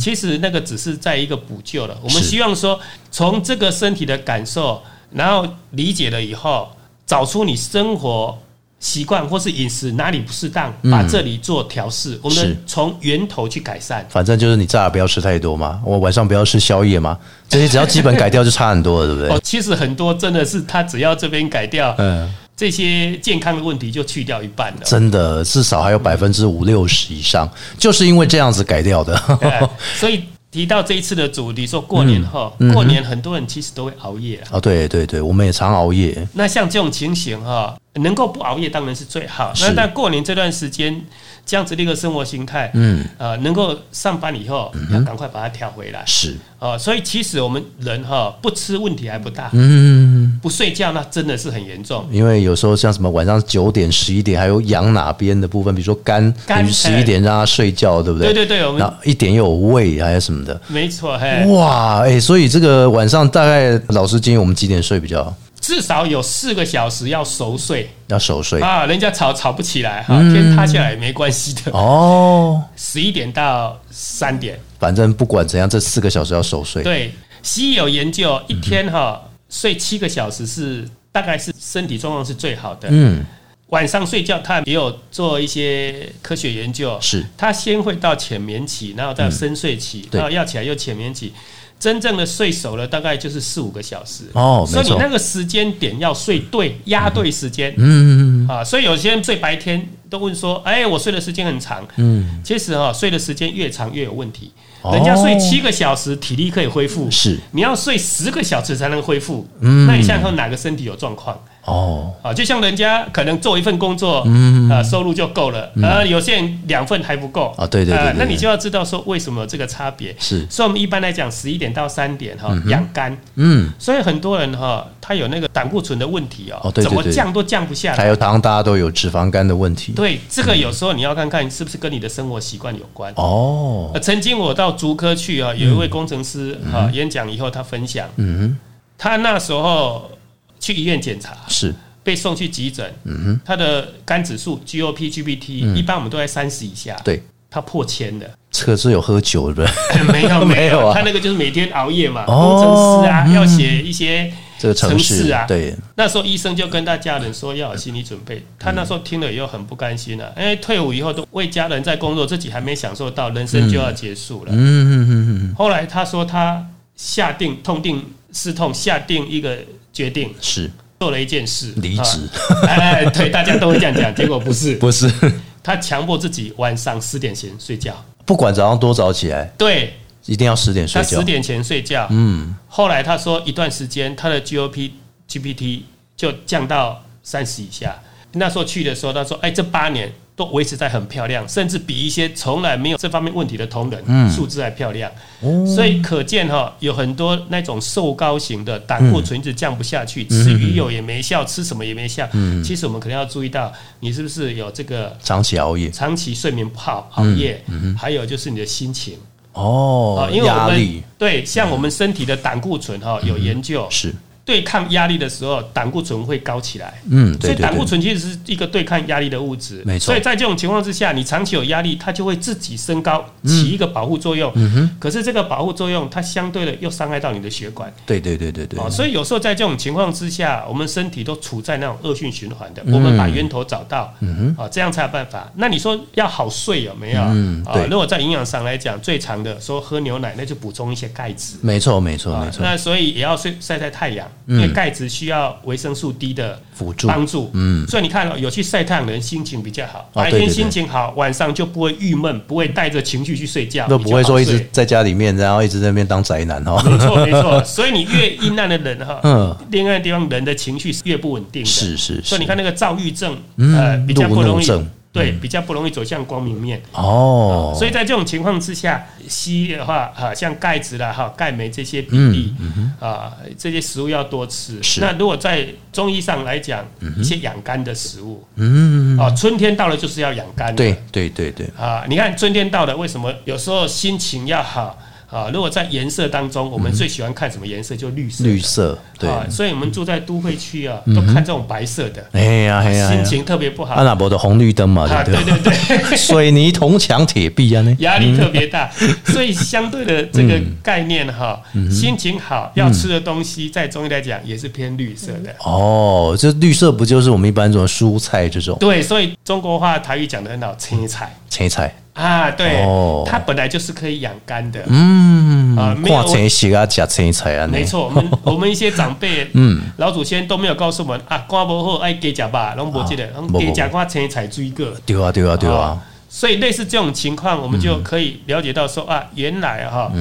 S5: 其实那个只是在一个补救了。我们
S1: 嗯是
S5: 希望说，从这个身体的感受，然后理解了以后，找出你生活。习惯或是饮食哪里不适当，把这里做调试，我
S1: 是嗯
S5: 们从源头去改善。
S1: 反正就是你炸了不要吃太多嘛，我晚上不要吃宵夜嘛，这些只要基本改掉就差很多了，对不
S5: 哦
S1: 对？，
S5: 其实很多真的是他只要这边改掉，
S1: 嗯，
S5: 这些健康的问题就去掉一半了。
S1: 真的至少还有百分之五六十以上，就是因为这样子改掉的。
S5: 对，所以提到这一次的主题，说过年后，
S1: 嗯
S5: 过年很多人其实都会熬夜啊。
S1: 哦，对对对，我们也常熬夜，
S5: 那像这种情形哈、能够不熬夜当然是最好。
S1: 是
S5: 那但过年这段时间，这样子的一个生活形态，嗯，呃，能够上班以后，
S1: 嗯
S5: 要赶快把它调回来。
S1: 是
S5: 哦，所以其实我们人哈、不吃问题还不大，
S1: 嗯，
S5: 不睡觉那真的是很严重。
S1: 因为有时候像什么晚上九点、十一点，还有养哪边的部分，比如说肝，
S5: 肝哎
S1: 你十一点让它睡觉，对不对？
S5: 对对对我们
S1: 然后一点又有胃，还有什么的。
S5: 没错，嘿，
S1: 哇，哎、所以这个晚上大概老师建议我们几点睡比较好？
S5: 至少有四个小时要熟睡
S1: 要熟睡
S5: 啊，人家吵吵不起来哈，天塌下来也没关系的。
S1: 嗯哦。
S5: 十一点到三点，
S1: 反正不管怎样，这四个小时要熟睡。
S5: 对，西医有研究，一天哈、睡七个小时是大概是身体状况是最好的。
S1: 嗯，
S5: 晚上睡觉，他也有做一些科学研究，
S1: 是嗯
S5: 他先会到浅眠期，然后到深睡期，
S1: 对
S5: 然后要起来又浅眠期。真正的睡熟了，大概就是四五个小时
S1: 哦没
S5: 所以你
S1: 错
S5: 那个时间点要睡对，压对时间。
S1: 嗯，
S5: 啊，所以有些人睡白天都问说，哎、我睡的时间很长，嗯，其实哈、睡的时间越长越有问题。人家睡
S1: 哦
S5: 七个小时，体力可以恢复，
S1: 是
S5: 你要睡十个小时才能恢复，
S1: 嗯
S5: 那你想想看哪个身体有状况
S1: 哦，
S5: 啊？就像人家可能做一份工作，
S1: 嗯
S5: 啊，收入就够了，而有些人两份还不够
S1: 啊嗯对对对
S5: 呃
S1: 对
S5: 那你
S1: 对
S5: 就要知道说为什么有这个差别。
S1: 是
S5: 所以我们一般来讲，十一点到三点哈养肝，
S1: 嗯，
S5: 所以很多人哈他有那个胆固醇的问题
S1: 哦
S5: 哦，
S1: 对对
S5: 怎么
S1: 对
S5: 降都降不下来
S1: 还。有常常大家都有脂肪肝的问题。
S5: 对，这个有时候你要看看是不是跟你的生活习惯有关。
S1: 哦
S5: 呃，，曾经我到竹科去啊，有一位工程师啊演讲以后，他分享，
S1: 嗯
S5: 他那时候去医院检查，
S1: 哼，是
S5: 被送去急诊，
S1: 嗯
S5: 他的肝指数 GOP、GPT 一般我们都在三十以下，
S1: 对，
S5: 他破千了，
S1: 测试有喝酒的，
S5: 没有
S1: 没有啊
S5: 他那个就是每天熬夜嘛，工
S1: 哦
S5: 程师啊
S1: 嗯
S5: 要写一些
S1: 这个城
S5: 城市
S1: 市
S5: 啊
S1: 对，
S5: 那时候医生就跟他家人说要有心理准备，他那时候听了以后很不甘心了、啊因为退伍以后都为家人在工作，自己还没享受到，人生就要结束了。
S1: 嗯嗯嗯嗯，
S5: 后来他说他下定痛定思痛，下定一个决定，
S1: 是
S5: 做了一件事，
S1: 离职、
S5: 啊。哎，对，大家都会这样讲，结果不是，
S1: 不是？
S5: 他强迫自己晚上十点前睡觉，
S1: 不管早上多早起来，
S5: 对
S1: 一定要十点
S5: 他
S1: 睡
S5: 十
S1: 觉。
S5: 点前睡觉。
S1: 嗯，
S5: 后来他说一段时间他的 GOP、GPT 就降到三十以下。那时候去的时候，他说：“哎，这八年都维持在很漂亮，甚至比一些从来没有这方面问题的同
S1: 嗯
S5: 仁数字还漂亮。
S1: 哦
S5: 所以可见哈、有很多那种瘦高型的胆固醇一直降不下
S1: 嗯
S5: 去，吃鱼油也没效，吃什么也没效。其实我们可能要注意到，你是不是有这个
S1: 长期熬夜
S5: 长期睡眠不好、熬夜，还有就是你的心情。
S1: 嗯哦
S5: 啊，，因为我
S1: 压
S5: 们
S1: 力嗯
S5: 对像我们身体的胆固醇哈、有研究，
S1: 是
S5: 对抗压力的时候，胆固醇会高起来。
S1: 嗯，
S5: 所
S1: 对
S5: 以
S1: 对
S5: 胆固
S1: 对，
S5: 醇其实是一个对抗压力的物质，
S1: 没错
S5: 所以在这种情况之下，你长期有压力，它就会自己升高，起一个保护作用。
S1: 嗯
S5: 可是这个保护作用，它相对的又伤害到你的血管。
S1: 对对对对对
S5: 哦，，所以有时候在这种情况之下，我们身体都处在那种恶性循环
S1: 嗯
S5: 的。我们把源头找到，啊，这样才有办法。那你说要好睡有没有？
S1: 嗯
S5: 啊
S1: 对，
S5: 如果在营养上来讲，最常的说喝牛奶，那就补充一些钙质。
S1: 没错没错
S5: 啊
S1: 没，错，嗯
S5: 那所以也要晒晒晒太阳，因为钙质需要维生素 D 的
S1: 辅助
S5: 帮助。
S1: 嗯
S5: 所以你看哦，有去晒太阳的人心情比较好，
S1: 哦
S5: 白
S1: 对
S5: 天
S1: 对对
S5: 心情好，晚上就不会郁闷，不会带着情绪去睡觉，
S1: 都
S5: 你
S1: 不
S5: 就
S1: 会
S5: 好
S1: 说一直
S5: 睡
S1: 在家里面，然后一直在那边当宅男哦 哈。
S5: 没错没错，所以你越阴暗的人哈，
S1: 嗯
S5: 恋爱的地方人的情绪是越不稳定的。
S1: 是是是
S5: 所以你看那个躁郁症，
S1: 嗯
S5: 呃，比较不
S1: 路怒
S5: 容易
S1: 症，嗯
S5: 对，比较不容易走向光明面。
S1: 哦，
S5: 啊所以在这种情况之下，西医的话，啊，像钙质啦、哈钙镁这些比例啊，这些食物要多吃
S1: 嗯是。
S5: 那如果在中医上来讲，一些养肝的食物
S1: 嗯，
S5: 啊，春天到了就是要养肝的。
S1: 对对对对，
S5: 啊，你看春天到了，为什么有时候心情要好啊？如果在颜色当中，我们最喜欢看什么颜色？就绿色
S1: 嗯
S5: 的。
S1: 绿色对，
S5: 啊，所以我们住在都会区啊，都看这种白色的，
S1: 哎呀哎呀，哎呀
S5: 心情特别不好
S1: 阿。纳伯的红绿灯嘛，
S5: 啊，
S1: 对
S5: 对
S1: 不对？
S5: 对 对，
S1: 水泥、铜墙、铁壁啊，呢，
S5: 压力特别大，
S1: 嗯
S5: 所以相对的这个概念哈，心情好要吃的东西，在中医来讲也是偏绿色的。
S1: 哦，这绿色不就是我们一般这种蔬菜这种
S5: 对，所以中国话台语讲的很好，青菜
S1: 青菜？
S5: 啊，对
S1: 哦，
S5: 它本来就是可以养肝的。
S1: 嗯，
S5: 啊没有
S1: 看青色啊，吃青菜啊，呢
S5: 没，错，我们我们一些长辈，嗯，老祖先都没有告诉我们啊，瓜不好爱给吃吧，拢
S1: 啊
S5: 不记得，拢
S1: 没
S5: 给
S1: 没
S5: 吃瓜青菜追个。
S1: 对啊对啊对
S5: 哦
S1: 啊，
S5: 所以类似这种情况，我
S1: 嗯
S5: 啊们就可以了解到说啊，原来哈、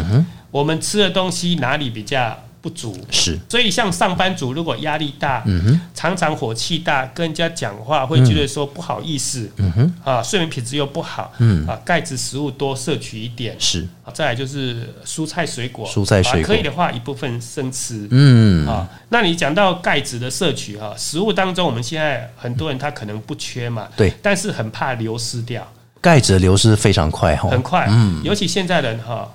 S5: 我们吃的东西哪里比较不足。
S1: 是
S5: 所以，像上班族如果压力大，
S1: 嗯
S5: 常常火气大，跟人家讲话会觉得说不好意思，
S1: 嗯
S5: 啊，睡眠品质又不好，啊，钙质食物多摄取一点，
S1: 是，
S5: 啊，再来就是蔬菜水果，
S1: 蔬菜水果
S5: 啊可以的话一部分生吃，
S1: 嗯，
S5: 啊，那你讲到钙质的摄取哈、食物当中我们现在很多人他可能不缺嘛，
S1: 对
S5: 但是很怕流失掉，
S1: 钙质的流失非常快哈，
S5: 很快，
S1: 嗯
S5: 尤其现在人哈、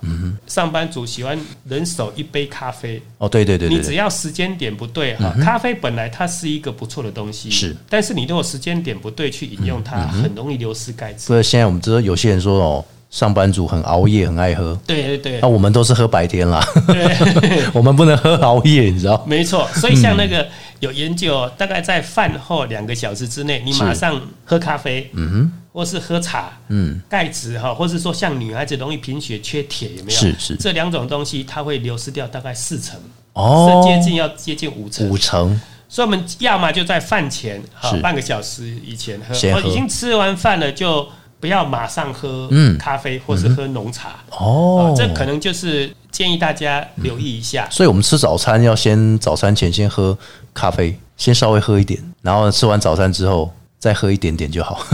S5: 上班族喜欢人手一杯咖啡，
S1: 哦，对对对对
S5: 你只
S1: 对，
S5: 要时间点不对哈，咖啡本来它是一个不错的东西，
S1: 是，嗯
S5: 但是你如果时间点不对去饮用它，很容易流失钙质。
S1: 所以现在我们知道有些人说哦，上班族很熬夜，很爱喝，
S5: 对对对
S1: 那、，我们都是喝白天啦，
S5: 对
S1: 我们不能喝熬夜，你知道？
S5: 哦没错。所以像那
S1: 嗯
S5: 个有研究，大概在饭后两个小时之内，你马上喝咖啡，嗯或是喝茶，嗯，钙质哈，或是说像女孩子容易贫血缺铁，有没有？
S1: 是是
S5: 这两种东西它会流失掉大概四成，
S1: 哦
S5: 是，接近要接近五成
S1: 五。成
S5: 所以我们要么就在饭前哈
S1: 是
S5: 半个小时以前喝，
S1: 先
S5: 或
S1: 喝
S5: 已经吃完饭了就不要马上喝咖啡或是喝浓茶。
S1: 嗯哦
S5: 啊，这可能就是建议大家留意一 下。
S1: 所以我们吃早餐要先早餐前先喝咖啡，先稍微喝一点，然后吃完早餐之后再喝一点点就 好，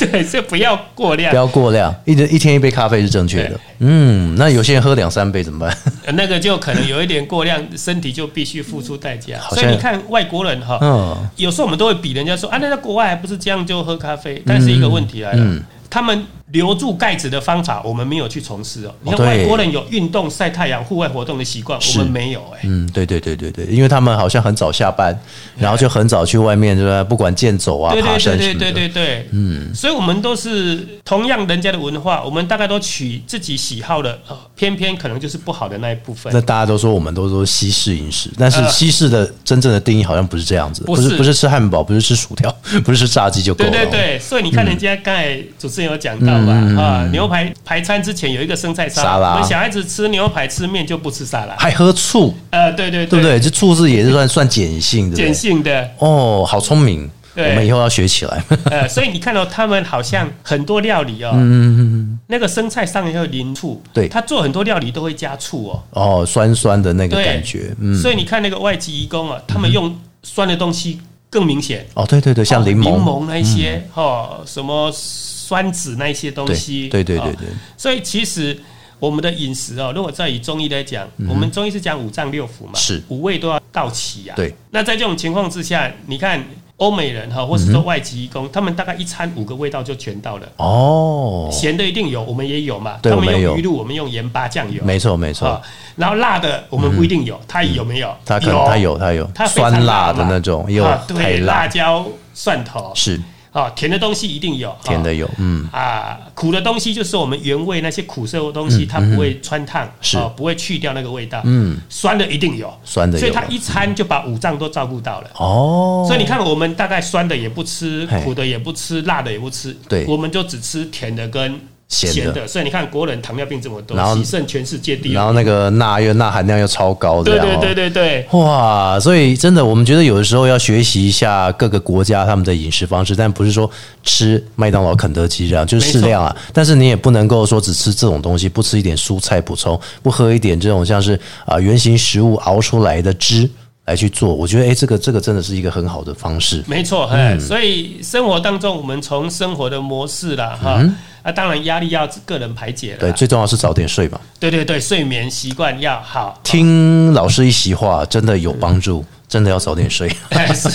S5: 对，这不要过量
S1: 不。要过 量。一人一天一杯咖啡是正确的
S5: 对。
S1: 嗯，那有些人喝两三杯怎么办？
S5: 呃那个就可能有一点过量，身体就必须付出代价。
S1: 好像
S5: 所以你看外国人哈，
S1: 嗯，
S5: 有时候我们都会比人家说啊，那在国外还不是这样就喝咖啡？但是一个问题来了，
S1: 嗯
S5: 他们留住钙质的方法，我们没有去从事哦。你看
S1: 对
S5: 外国人有运动、晒太阳、户外活动的习惯，
S1: 是
S5: 我们没有哎、
S1: 嗯，对对对对对，因为他们好像很早下班，然后就很早去外面，对吧？不管健走啊、
S5: 对
S1: 爬
S5: 对
S1: 山
S5: 对
S1: 什
S5: 对
S1: 么
S5: 对
S1: 的，
S5: 对对，嗯，所以我们都是同样人家的文化，我们大概都取自己喜好的，呃偏偏可能就是不好的那一部分
S1: 那。大家都说我们都说西式饮食，但是
S5: 呃
S1: 西式的真正的定义好像不是这样子，
S5: 不
S1: 不是
S5: 是
S1: 不是吃汉堡，不是吃薯条， 不是吃炸鸡就够
S5: 对
S1: 了。
S5: 对对，所以你看人家刚才主持人有讲到吧，啊，牛排排餐之前有一个生菜
S1: 嗯
S5: 沙
S1: 沙拉
S5: 我们小孩子吃牛排吃面就不吃沙拉，
S1: 还喝醋，
S5: 呃，对对
S1: 对不对？这醋是也是算算碱性，对不对？
S5: 碱性的，
S1: 哦，好聪明，我
S5: 对
S1: 们以后要学起来。
S5: 呃，所以你看到他们好像很多料理
S1: 嗯
S5: 哦，那个生菜上面会淋醋，
S1: 对
S5: 他做很多料理都会加醋哦，
S1: 哦，酸酸的那个
S5: 对，
S1: 感觉，嗯，
S5: 所以你看那个外籍移工啊，他们用酸的东西更明显，
S1: 哦，对对对，像
S5: 哦
S1: 柠
S5: 柠
S1: 檬，嗯
S5: 檬那一些哦，什么酸子那一些东西，
S1: 对对对
S5: 哦
S1: 对对
S5: 所以其实我们的饮食哦，如果在以中医来讲，我们中医是讲五脏六腑嘛，
S1: 嗯是
S5: 五味都要到齐呀、
S1: 对，
S5: 那在这种情况之下，你看欧美人哦哈、或是说外籍移工，他们大概一餐五个味道就全到了。
S1: 嗯哦，
S5: 咸的一定有，我们也有嘛。
S1: 对
S5: 他
S1: 我
S5: 们
S1: 们
S5: 用
S1: 有
S5: 鱼露，我们用盐巴酱油，
S1: 没错没
S5: 啊
S1: 错，。嗯
S5: 然后辣的，我们不一定有，他有没有？
S1: 它可能它有它有
S5: 它非常
S1: 酸辣的
S5: 嘛
S1: 那种，也有
S5: 啊
S1: 太
S5: 对
S1: 辣
S5: 辣，椒、蒜头
S1: 是
S5: 啊，甜的东西一定有，啊
S1: 甜的有，嗯，
S5: 啊，苦的东西就是我们原味那些苦涩的东西，它不会穿烫，
S1: 嗯是
S5: 啊不会去掉那个味道。嗯，酸的一定有，
S1: 酸的
S5: 所以
S1: 有
S5: 它，一餐就把五脏都照顾到了。
S1: 哦，
S5: 所以你看，我们大概酸的也不吃
S1: 嘿，
S5: 苦的也不吃，辣的也不吃，
S1: 对
S5: 我们就只吃甜的跟
S1: 咸的
S5: 咸的。所以你看，国人糖尿病这么多
S1: 然后，
S5: 喜肾全世界第一
S1: 然。后那个钠又钠含量又超高，这
S5: 对
S1: 样
S5: 对
S1: 哦
S5: 对对对，
S1: 哇，所以真的，我们觉得有的时候要学习一下各个国家他们的饮食方式，但不是说吃麦当劳、肯德基这样，就是适量啊。但是你也不能够说只吃这种东西，不吃一点蔬菜补充，不喝一点这种像是啊、原型食物熬出来的汁来去做。我觉得，诶，哎这个这个真的是一个很好的方式。
S5: 没错，哎、
S1: 嗯
S5: 所以生活当中，我们从生活的模式啦，哈、啊，当然压力要个人排解了
S1: 嗯对，
S5: 啦，
S1: 最重要是早点睡嘛。
S5: 对对对，睡眠习惯要好，
S1: 听老师一席话，真的有帮助，真的要早点睡。
S5: 哎 是，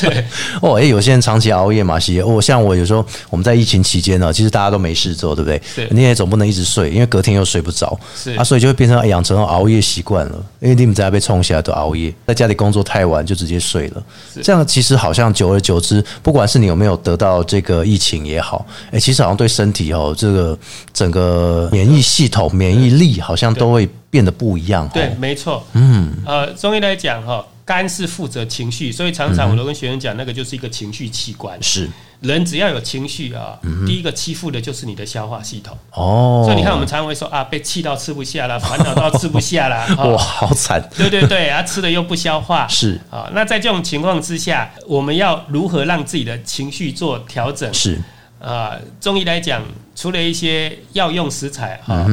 S1: 哦，诶，有些人长期熬夜嘛，是哦，像我有时候我们在疫情期间呢、其实大家都没事做，对不对？
S5: 是
S1: 你也总不能一直睡，因为隔天又睡不着，
S5: 是
S1: 啊，所以就会变成养成熬夜习惯了。因为你们在家被冲起来都熬夜，在家里工作太晚就直接睡了，这样其实好像久而久之，不管是你有没有得到这个疫情也好，诶，其实好像对身体哦，这个整个免疫系统、免疫力好像都会变得不一样、哦。
S5: 对，没错，嗯，呃，中医来讲哈，肝是负责情绪，所以常常我都跟学生讲，那个就是一个情绪器官，
S1: 是嗯
S5: 人只要有情绪啊，第一个欺负的就是你的消化系统，
S1: 哦，
S5: 所以你看我们常常会说啊，被气到吃不下啦，烦恼到吃不 下啦，哈
S1: 哇，好惨，
S5: 对对对，啊，吃的又不消化，
S1: 是
S5: 啊。那在这种情况之下，我们要如何让自己的情绪做调整？
S1: 是嗯
S5: 啊、中医来讲，除了一些药用食材啊、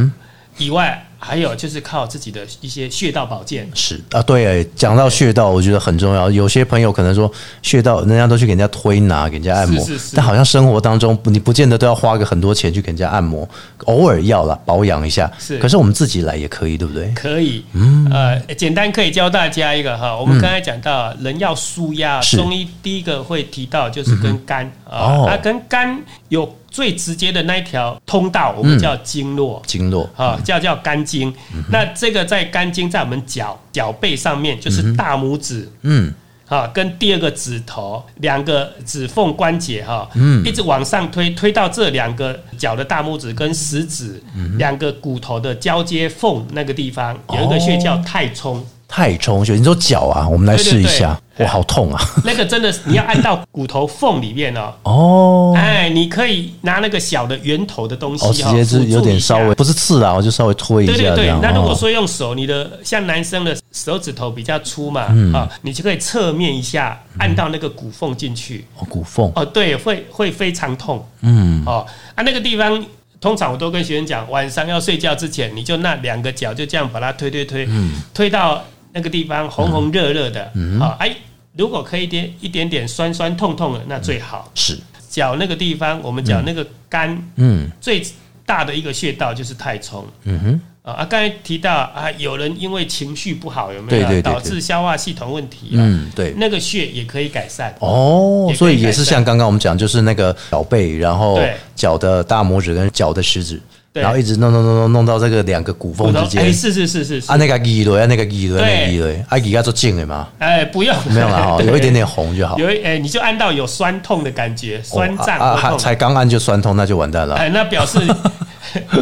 S5: 以外，还有就是靠自己的一些穴道保健。
S1: 是啊，对耶，讲到穴道，我觉得很重要。有些朋友可能说穴道，人家都去给人家推拿、给人家按摩，
S5: 是是是
S1: 但好像生活当中你不见得都要花个很多钱去给人家按摩，偶尔要啦，保养一下。
S5: 是
S1: 可是我们自己来也可以，对不对？
S5: 可以，
S1: 嗯
S5: 呃，简单可以教大家一个哈，我们刚才讲到人要舒压，
S1: 是
S5: 中医第一个会提到就是跟肝啊
S1: 哦，
S5: 那跟肝有最直接的那一条通道，我们叫经络。
S1: 经络
S5: 啊，叫叫肝经，
S1: 嗯
S5: 那这个在肝经在我们脚脚背上面，就是大拇指，
S1: 嗯，
S5: 啊，跟第二个指头两个指缝关节哈，嗯，一直往上推，推到这两个脚的大拇指跟食指、
S1: 嗯
S5: 两个骨头的交接缝那个地方，
S1: 哦
S5: 有一个穴叫太冲，
S1: 太冲穴，你说脚啊，我们来
S5: 对对
S1: 试一
S5: 对
S1: 下，
S5: 哎
S1: 哇，好痛 啊！
S5: 那个真的是你要按到骨头缝里面哦。
S1: 哦，
S5: 哎，你可以拿那个小的圆头的东西
S1: 哦，直接
S5: 辅
S1: 是
S5: 助
S1: 有点
S5: 一下
S1: 稍微不是刺啊，我就稍微推一
S5: 对
S1: 下
S5: 对
S1: 这
S5: 对
S1: 样。，
S5: 那如果
S1: 哦
S5: 说用手，你的像男生的手指头比较粗嘛，
S1: 嗯
S5: 啊，你就可以侧面一下按到那个骨缝进去，
S1: 哦骨缝，
S5: 哦，对，会会非常痛，
S1: 嗯，
S5: 哦，啊，那个地方通常我都跟学生讲，晚上要睡觉之前，你就那两个脚就这样把它推推推，
S1: 嗯
S5: 推到那个地方红红热热的，好、哎，如果可以一点一点点酸酸痛痛的，那最好。
S1: 是，
S5: 脚那个地方，我们讲那个肝、
S1: 嗯
S5: 最大的一个穴道就是太冲。
S1: 嗯哼，
S5: 啊啊！刚才提到啊，有人因为情绪不好，有没
S1: 对
S5: 有
S1: 对对对
S5: 导致消化系统问题、啊？
S1: 嗯对。
S5: 那个穴也可以改善。
S1: 哦
S5: 也可，以
S1: 所以也
S5: 改
S1: 是
S5: 善
S1: 像刚刚我们讲，就是那个脚背，然后
S5: 对
S1: 脚的大拇指跟脚的食指，
S5: 对
S1: 然后一直弄弄弄弄弄到这个两个骨
S5: 骨
S1: 缝
S5: 头
S1: 之间
S5: 哎，。是是是是是
S1: 啊，，那个移轮，啊那个移轮，
S5: 对
S1: 那个移轮，啊，移到做近的嘛，
S5: 哎，不用
S1: 没有 啦，哈，
S5: 对
S1: 有一点点红就好。哦
S5: 有一哎，你就按到有酸痛的感觉，酸胀
S1: 哦啊，
S5: 会
S1: 还
S5: 痛，
S1: 才刚按就酸痛，那就完蛋了，
S5: 哎，那表 示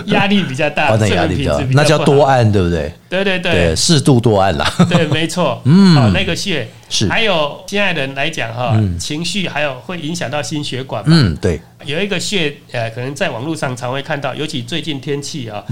S5: 压力比较大，
S1: 完蛋
S5: 睡
S1: 压
S5: 眠
S1: 力
S5: 品
S1: 比较，
S5: 质比较
S1: 哦那叫
S5: 不好
S1: 多，按，对不对？
S5: 对对对
S1: 对，适度多 按啦。
S5: 对，没错，嗯，哦，那个穴
S1: 是
S5: 还有现在人来讲哈，情绪还有会影响到心血管嘛，
S1: 嗯，对，
S5: 有一个穴，呃，可能在网络上常会看到，尤其最近天气啊，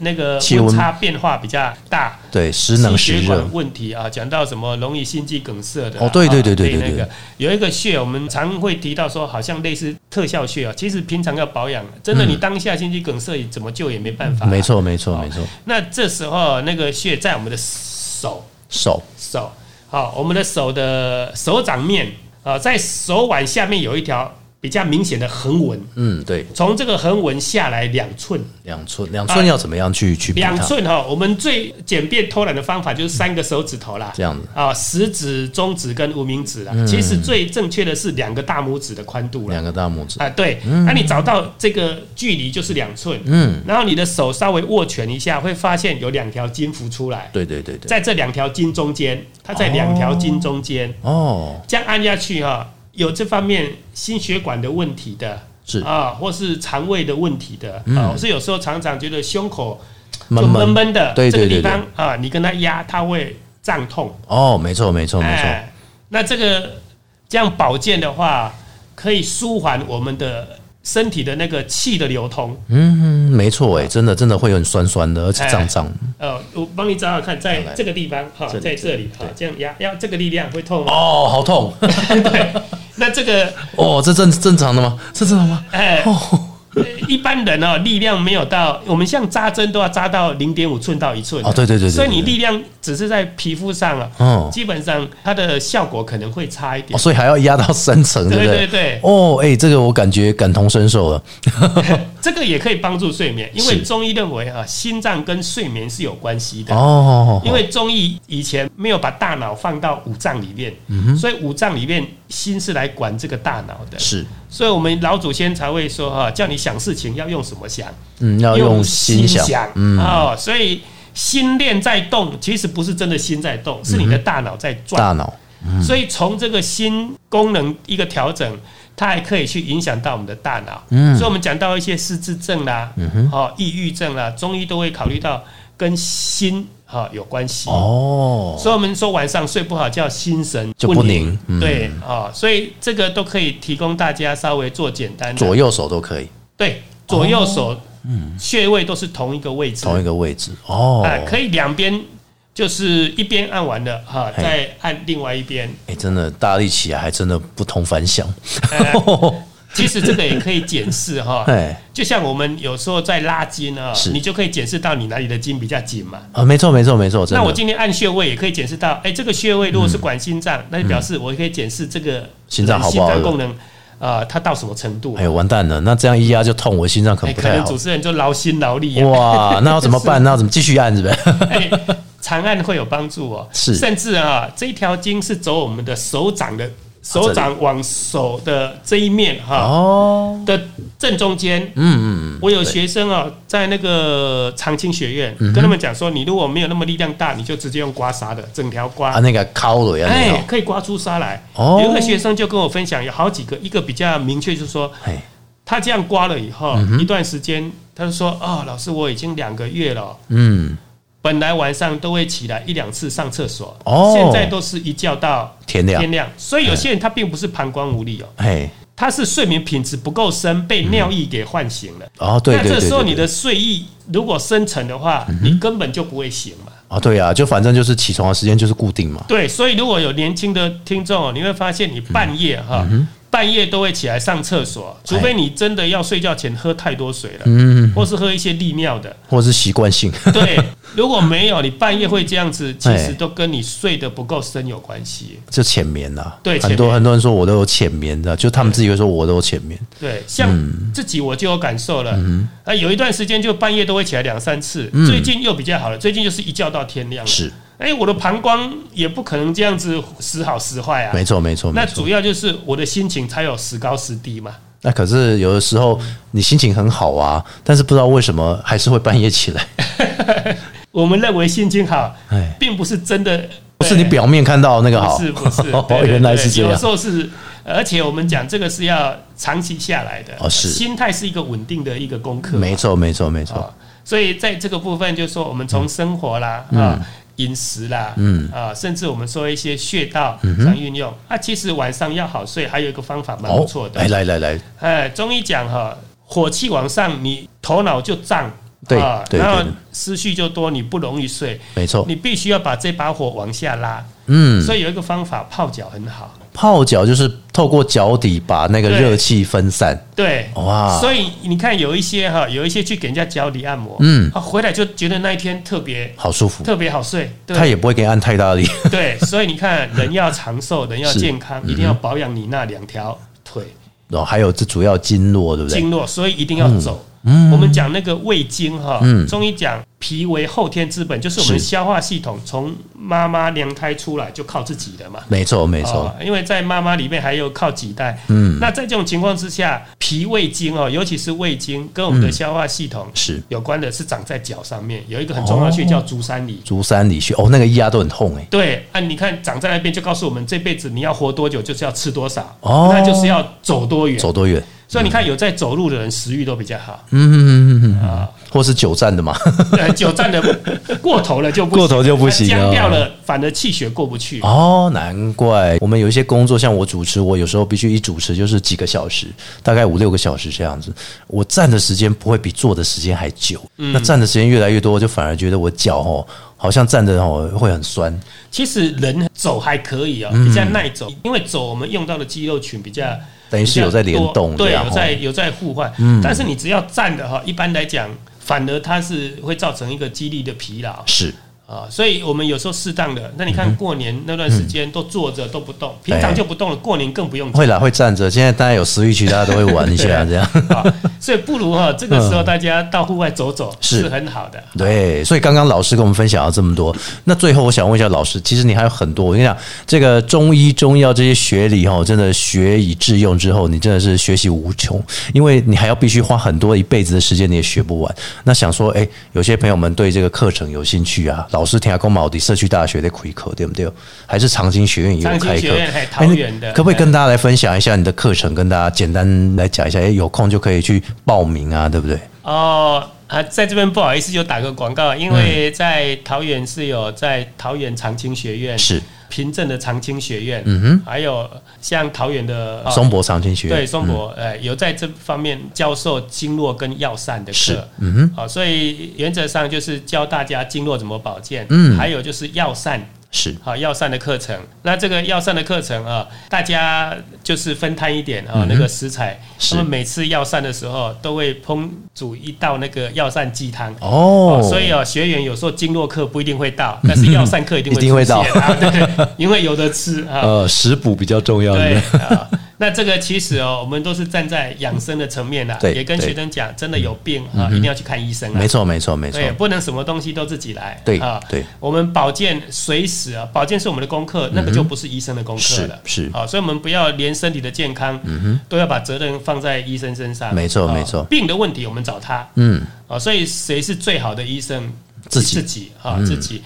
S5: 那个
S1: 嗯气温
S5: 温差变化比较大，
S1: 对，时冷时
S5: 心血
S1: 热
S5: 管，问题啊，讲到什么容易心肌梗塞的啊、
S1: 哦对对对对
S5: 啊
S1: 对
S5: 被那
S1: 对
S5: 个有一个穴，我们常会提到说，好像类似特效穴啊，其实平常要保养，真的你当下心肌梗塞怎么救也没办法、
S1: 嗯没。错，没错，
S5: 哦
S1: 没错。
S5: 那这时候那个穴在我们的手
S1: 手
S5: 手，好、我们的手的手掌面啊、在手腕下面有一条比较明显的横纹，
S1: 嗯，对，
S5: 从这个横纹下来两寸，
S1: 两寸，两寸要怎么样去去比
S5: 哎两
S1: 它？
S5: 寸哈，我们最简便偷懒的方法就是三个手指头啦，
S1: 这样子嗯
S5: 啊，食指、中指跟无名指啦。其实最正确的是两个大拇指的宽度
S1: 两
S5: 啦。
S1: 个嗯大拇指，
S5: 啊，对，那你找到这个距离就是两寸，嗯，然后你的手稍微握拳一下，会发现有两条筋浮出来，
S1: 对对对对。
S5: 在这两条筋中间，它在两条筋中间，
S1: 哦，
S5: 这样按下去哈、有这方面心血管的问题的，
S1: 是嗯
S5: 啊，或是肠胃的问题的、啊，我是有时候常常觉得胸口
S1: 闷
S5: 就
S1: 闷
S5: 闷闷的，
S1: 对对
S5: 这
S1: 对
S5: 个地
S1: 对。
S5: 方啊，你跟它压，它会胀痛，
S1: 哦，没错没错没错，
S5: 哎，那这个这样保健的话，可以舒缓我们的身体的那个气的流通。
S1: 嗯，没错哎，真的真的会很酸酸的，而且
S5: 哎
S1: 胀胀。
S5: 呃，我帮你找找看，在
S1: 来
S5: 这个地方哈
S1: 这，里
S5: 在
S1: 这
S5: 这
S1: 里
S5: 里哈，这样压，要这个力量会痛哦。
S1: 哦，好痛！
S5: 对，那这个
S1: 哦，这正正常的吗？这正常吗？
S5: 哎。
S1: 哦
S5: 呃一般人哦，力量没有到，我们像扎针都要扎到零点五寸到一寸的
S1: 哦对对对对对
S5: 所以你力量只是在皮肤上啊，
S1: 嗯
S5: 基本上它的效果可能会差一点
S1: 哦，。所以还要压到三层，对不
S5: 对
S1: 对？
S5: 对对
S1: 哦，哎，这个我感觉感同身受了。
S5: 这个也可以帮助睡眠，因为
S1: 是
S5: 中医认为啊，心脏跟睡眠是有关系的。
S1: 哦，
S5: 因为中医以前没有把大脑放到五脏里面，
S1: 嗯
S5: 所以五脏里面心是来管这个大脑的。
S1: 是，
S5: 所以我们老祖先才会说哈、叫你想事情要用什么想，
S1: 嗯，要用心想，嗯，
S5: 哦，所以心念在动，其实不是真的心在动，
S1: 嗯
S5: 是你的大脑在转。
S1: 大脑
S5: 所以从这个新功能一个调整，它还可以去影响到我们的大脑。嗯，所以我们讲到一些失智症啦，
S1: 嗯
S5: 哦，抑郁症啦，中医都会考虑到跟心哈、有关系。
S1: 哦，
S5: 所以我们说晚上睡不好叫心神
S1: 就不宁嗯
S5: 对哦，所以这个都可以提供大家稍微做简单的
S1: 左右手都可以，
S5: 对左右手，穴位都是同一个位置，
S1: 同一个位置哦，
S5: 啊，可以两边就是一边按完了哈，
S1: 嘿
S5: 再按另外一边。
S1: 哎，真的大力起来还真的不同凡响，
S5: 其实这个也可以检视哈
S1: 哎，
S5: 就像我们有时候在拉筋啊
S1: 是，
S5: 你就可以检视到你哪里的筋比较紧嘛。
S1: 啊，没错没错没错，真
S5: 那我
S1: 的
S5: 今天按穴位也可以检视到，哎、这个穴位如果是管心
S1: 嗯
S5: 脏，那就表示我可以检视这个呃
S1: 心脏好不好
S5: 心脏功能，啊，它到什么程度？
S1: 哎呦完蛋了，那这样一压就痛，我心脏可
S5: 哎，
S1: 能不
S5: 可
S1: 太
S5: 能
S1: 好哦
S5: 主。持人就劳心劳力、啊。
S1: 哇，那要怎么办？那要怎么继续按？是不 是？
S5: 哎，长按会有帮助哦。
S1: 是
S5: 甚至啊，这一条筋是走我们的手掌的
S1: 啊
S5: 手掌往手的这一面哈、
S1: 哦，
S5: 的正中间。
S1: 嗯嗯，
S5: 我有学生啊，在那个长青学院
S1: 嗯
S5: 跟他们讲说，你如果没有那么力量大，你就直接用刮痧的，整条刮
S1: 啊，。那个敲了呀，
S5: 哎、
S1: 那个
S5: 可以刮出痧来。
S1: 哦
S5: 有一个学生就跟我分享，有好几个，一个比较明确，就是说
S1: 哎，
S5: 他这样刮了以后，
S1: 嗯
S5: 一段时间，他就说：“哦，老师，我已经两个月了，
S1: 嗯，
S5: 本来晚上都会起来一两次上厕所，
S1: 哦
S5: 现在都是一觉到
S1: 天亮
S5: 天，亮。所以有些人他并不是膀胱无力哦，
S1: 哎，
S5: 他是睡眠品质不够深，被尿意给唤醒了。
S1: 哦，对对
S5: 那
S1: 对，
S5: 这时候
S1: 对
S5: 你的睡意如果深沉的话，你根本就不会醒嘛。
S1: 啊，对啊，就反正就是起床的时间就是固定嘛，
S5: 对，所以如果有年轻的听众哦，你会发现你半夜
S1: 嗯
S5: 哈，半夜都会起来上厕所，除非你真的要睡觉前喝太多水了，
S1: 哎嗯，
S5: 或是喝一些利尿 的。
S1: 或者是习惯性，
S5: 对，如果没有你半夜会这样子，其
S1: 哎
S5: 实都跟你睡得不够深有关系。
S1: 就浅眠啦。
S5: 对
S1: 很多
S5: 浅眠
S1: 很多人说我都有浅眠的，就他们自己会说我都有浅眠。
S5: 对，像自己我就有感受
S1: 嗯
S5: 了，啊，有一段时间就半夜都会起来两三次，最近又比较好了，最近就是一觉到天亮了。
S1: 是，
S5: 哎，我的膀胱也不可能这样子时好时坏啊。
S1: 没错没错。
S5: 那
S1: 没错
S5: 主要就是我的心情才有时高时低嘛。
S1: 那可是有的时候你心情很好啊，但是不知道为什么还是会半夜起 来。
S5: 我们认为心情好
S1: 哎，
S5: 并不是真的，哎
S1: 不是你表面看到那个好，
S5: 不是不是
S1: 哦，
S5: 对对
S1: 原来是
S5: 对
S1: 这
S5: 有
S1: 样
S5: 时。候是，而且我们讲这个是要长期下来的，
S1: 哦是
S5: 心态是一个稳定的一个功课，
S1: 没错没错没错
S5: 啊。。所以在这个部分，就是说我们从生活啦
S1: 嗯
S5: 啊。饮食啦，嗯啊，甚至我们说一些穴道
S1: 嗯
S5: 上运用，啊，其实晚上要好睡，还有一个方法蛮不错的
S1: 哎。来来来，
S5: 哎，中医讲哈，火气往上，你头脑就胀，
S1: 对
S5: 啊
S1: 对
S5: 然后
S1: 对对
S5: 思绪就多，你不容易睡，
S1: 没错
S5: 你，必须要把这把火往下拉。
S1: 嗯，
S5: 所以有一个方法，泡脚很好。
S1: 泡脚就是透过脚底把那个
S5: 对
S1: 热气分散。
S5: 对，
S1: 哇
S5: 所以你看有一些哈，有一些去给人家脚底按摩，
S1: 嗯
S5: 啊，回来就觉得那一天特别
S1: 好舒服，
S5: 特别好睡，对
S1: 他也不会给你按太大力。
S5: 对，所以你看，人要长寿，人要
S1: 是嗯
S5: 健康，一定要保养你那两条腿
S1: 然哦后还有这主要经络，对不嗯对？
S5: 经络，所以一定要走。我们讲那个胃经哈，中医讲脾为后天之本，就是我
S1: 嗯
S5: 们
S1: 是
S5: 消化系统从妈妈娘胎出来就靠自己的嘛。
S1: 没错没错
S5: 哦，，因为在妈妈里面还有靠脐带，
S1: 嗯
S5: 那在这种情况之下，脾胃经哦，尤其是胃经跟我们的消化系统
S1: 嗯是哦
S5: 有关的，是长在脚上面，有一个很重要的穴叫足三里。
S1: 足三里穴哦，那个压都很痛哎、
S5: 对啊，你看长在那边就告诉我们，这辈子你要活多久，就是要吃多少，
S1: 哦
S5: 那就是要走多远。
S1: 走多远？
S5: 所以你看，有在走路的人食欲都比较好
S1: 嗯嗯嗯嗯，
S5: 啊，
S1: 或是久站的嘛？
S5: 呃久站的过头了就不行
S1: 过头就不行了
S5: 僵掉了反而气血过不去。
S1: 哦，难怪我们有一些工作，像我主持，我有时候必须一主持就是几个小时，大概五六个小时这样子。我站的时间不会比坐的时间还久，
S5: 嗯
S1: 那站的时间越来越多，就反而觉得我脚哦，好像站着哦会很酸。
S5: 其实人走还可以啊、
S1: 嗯
S5: 比较耐走，因为走我们用到的肌肉群比较。
S1: 等于是有在联动
S5: 比较多
S1: 这
S5: 对，
S1: 样哦嗯
S5: 有在有在互换。但是你只要站的哈，一般来讲，反而它是会造成一个肌力的疲劳
S1: 是，
S5: 啊。所以我们有时候适当的，那你
S1: 嗯
S5: 看过年那段时间都坐着都不动，平常就不动了，过年更不用讲
S1: 会啦，会站着。现在大家有私域区，大家都会玩一下这样。
S5: 啊。 所以不如哈，这个时候大家到户外走走
S1: 嗯是
S5: 是很好的。
S1: 对，所以刚刚老师跟我们分享了这么多，那最后我想问一下老师，其实你还有很多，我跟你讲，这个中医、中药这些学理哦，真的学以致用之后，你真的是学习无穷，因为你还要必须花很多一辈子的时间，你也学不完。那想说，哎，有些朋友们对这个课程有兴趣啊，老师听下公毛的社区大学的开课，对不对？还是长青学院哎也有
S5: 长青
S1: 开
S5: 学
S1: 课
S5: 院还，
S1: 哎
S5: 桃园的
S1: 你可不可以
S5: 哎
S1: 跟大家来分享一下你的课程，跟大家简单来讲一下，哎，有空就可以去报名啊，对不对？
S5: 哦啊，在这边不好意思，就打个广告，因为
S1: 嗯
S5: 在桃园是有在桃园长青学院
S1: 是
S5: 平镇的长青学院，嗯哼，还有像桃园的哦
S1: 松柏长青学院，
S5: 对松柏，
S1: 嗯
S5: 呃，有在这方面教授经络跟药膳的
S1: 是
S5: 课，嗯哼，好，所以原则上就是教大家经络怎么保健，嗯，还有就是药膳
S1: 是
S5: 好药膳的课程。那这个药膳的课程啊，大家就是分摊一点啊，那个食材，
S1: 嗯是
S5: 他们每次药膳的时候都会烹煮一道那个药膳鸡汤。
S1: 哦嗯
S5: 所以哦，学员有时候经络课不一定会到，但是药膳课一定会
S1: 一定会
S5: 出现
S1: 到
S5: 啊，对对，因为有的吃 啊。
S1: 呃，食补比较重要
S5: 对
S1: 是 不是
S5: 啊，那这个其实哦，我们都是站在养生的层面啦，
S1: 对
S5: 也跟
S1: 对嗯
S5: 学生讲，真的有病啊，一定要去看医生啊
S1: 没。错，没错，没错，
S5: 对，不能什么东西都自己来。啊
S1: 对对，嗯
S5: 我们保健随时啊，保健是我们的功课，那个就不是医生的功课了。
S1: 是是嗯
S5: 啊，所以我们不要连身体的健康，都要把责任放在医生身上。
S1: 没错
S5: 啊
S1: 没错
S5: 病的问题我们找他。
S1: 嗯，
S5: 啊，所以谁是最好的医生？
S1: 自己
S5: 自己啊，自己。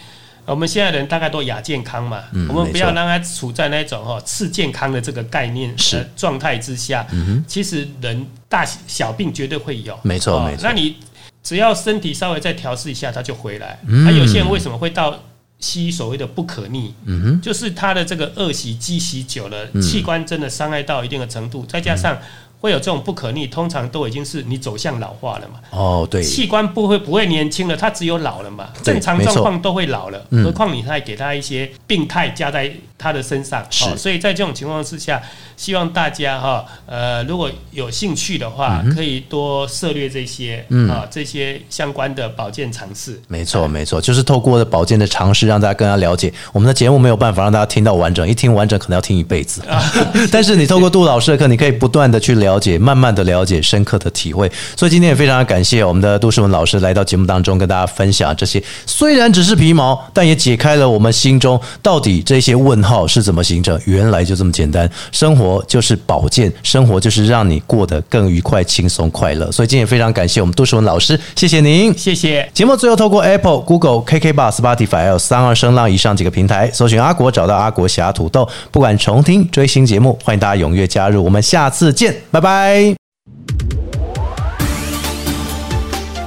S5: 我们现在人大概都亚健康嘛，
S1: 嗯
S5: 我们
S1: 没
S5: 不
S1: 错
S5: 要让他处在那种哈次健康的这个概念
S1: 是嗯
S5: 呃状态之下。其实人大小病绝对会有，
S1: 没错
S5: 哦
S1: 没错
S5: 那你只要身体稍微再调试一下，它就回来。
S1: 嗯
S5: 那、有些人为什么会到西医所谓的不可逆？
S1: 嗯
S5: 就是他的这个恶习积习久了，器官真的伤害到一定的程度，再加
S1: 嗯
S5: 上会有这种不可逆，通常都已经是你走向老化了嘛。
S1: 哦，对，
S5: 器官不会不会年轻了，它只有老了嘛，
S1: 对嗯
S5: 正常
S1: 没错
S5: 状况都会老了，何况你还给他一些病态加在他的身上，哦
S1: 是
S5: 所以在这种情况之下，希望大家哈、呃，如果有兴趣的话，
S1: 嗯
S5: 可以多涉猎这些啊、这些相关的保健常识。
S1: 没错，没错，就是透过保健的尝试，让大家更加了解。我们的节目没有办法让大家听到完整，一听完整可能要听一辈子。但是你透过杜老师的课，你可以不断的去了解，慢慢的了解，深刻的体会。所以今天也非常感谢我们的杜世文老师来到节目当中，跟大家分享这些，虽然只是皮毛，但也解开了我们心中到底这些问号是怎么形成。原来就这么简单，生活就是保健，生活就是让你过得更愉快、轻松、快乐。所以今天也非常感谢我们杜世文老师，谢谢您。
S5: 谢谢。
S1: 节目最后透过 Apple、Google、KK Bar、Spotify 还有三二声浪以上几个平台搜寻阿国，找到阿国侠土豆。不管重听、追新节目，欢迎大家踊跃加入。我们下次见，拜拜。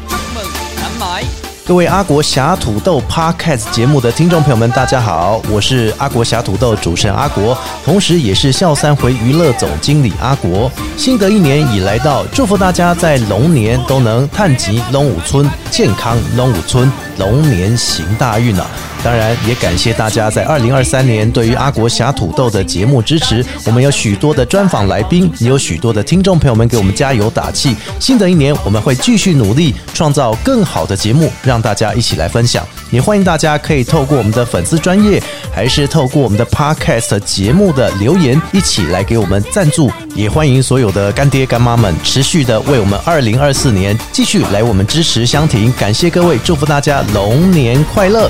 S6: chúc mừng năm mới
S1: 各位阿国侠土豆 Podcast 节目的听众朋友们，大家好，我是阿国侠土豆主持人阿国，同时也是笑三回娱乐总经理阿国。新的一年已来到，祝福大家在龙年都能探及龙武村，健康龙武村，龙年行大运啊！当然，也感谢大家在二零二三年对于阿国侠土豆的节目支持。我们有许多的专访来宾，也有许多的听众朋友们给我们加油打气。新的一年，我们会继续努力，创造更好的节目，让大家一起来分享。也欢迎大家可以透过我们的粉丝专业，还是透过我们的 Podcast 节目的留言，一起来给我们赞助。也欢迎所有的干爹干妈们持续的为我们二零二四年继续来我们支持相挺。感谢各位，祝福大家龙年快乐！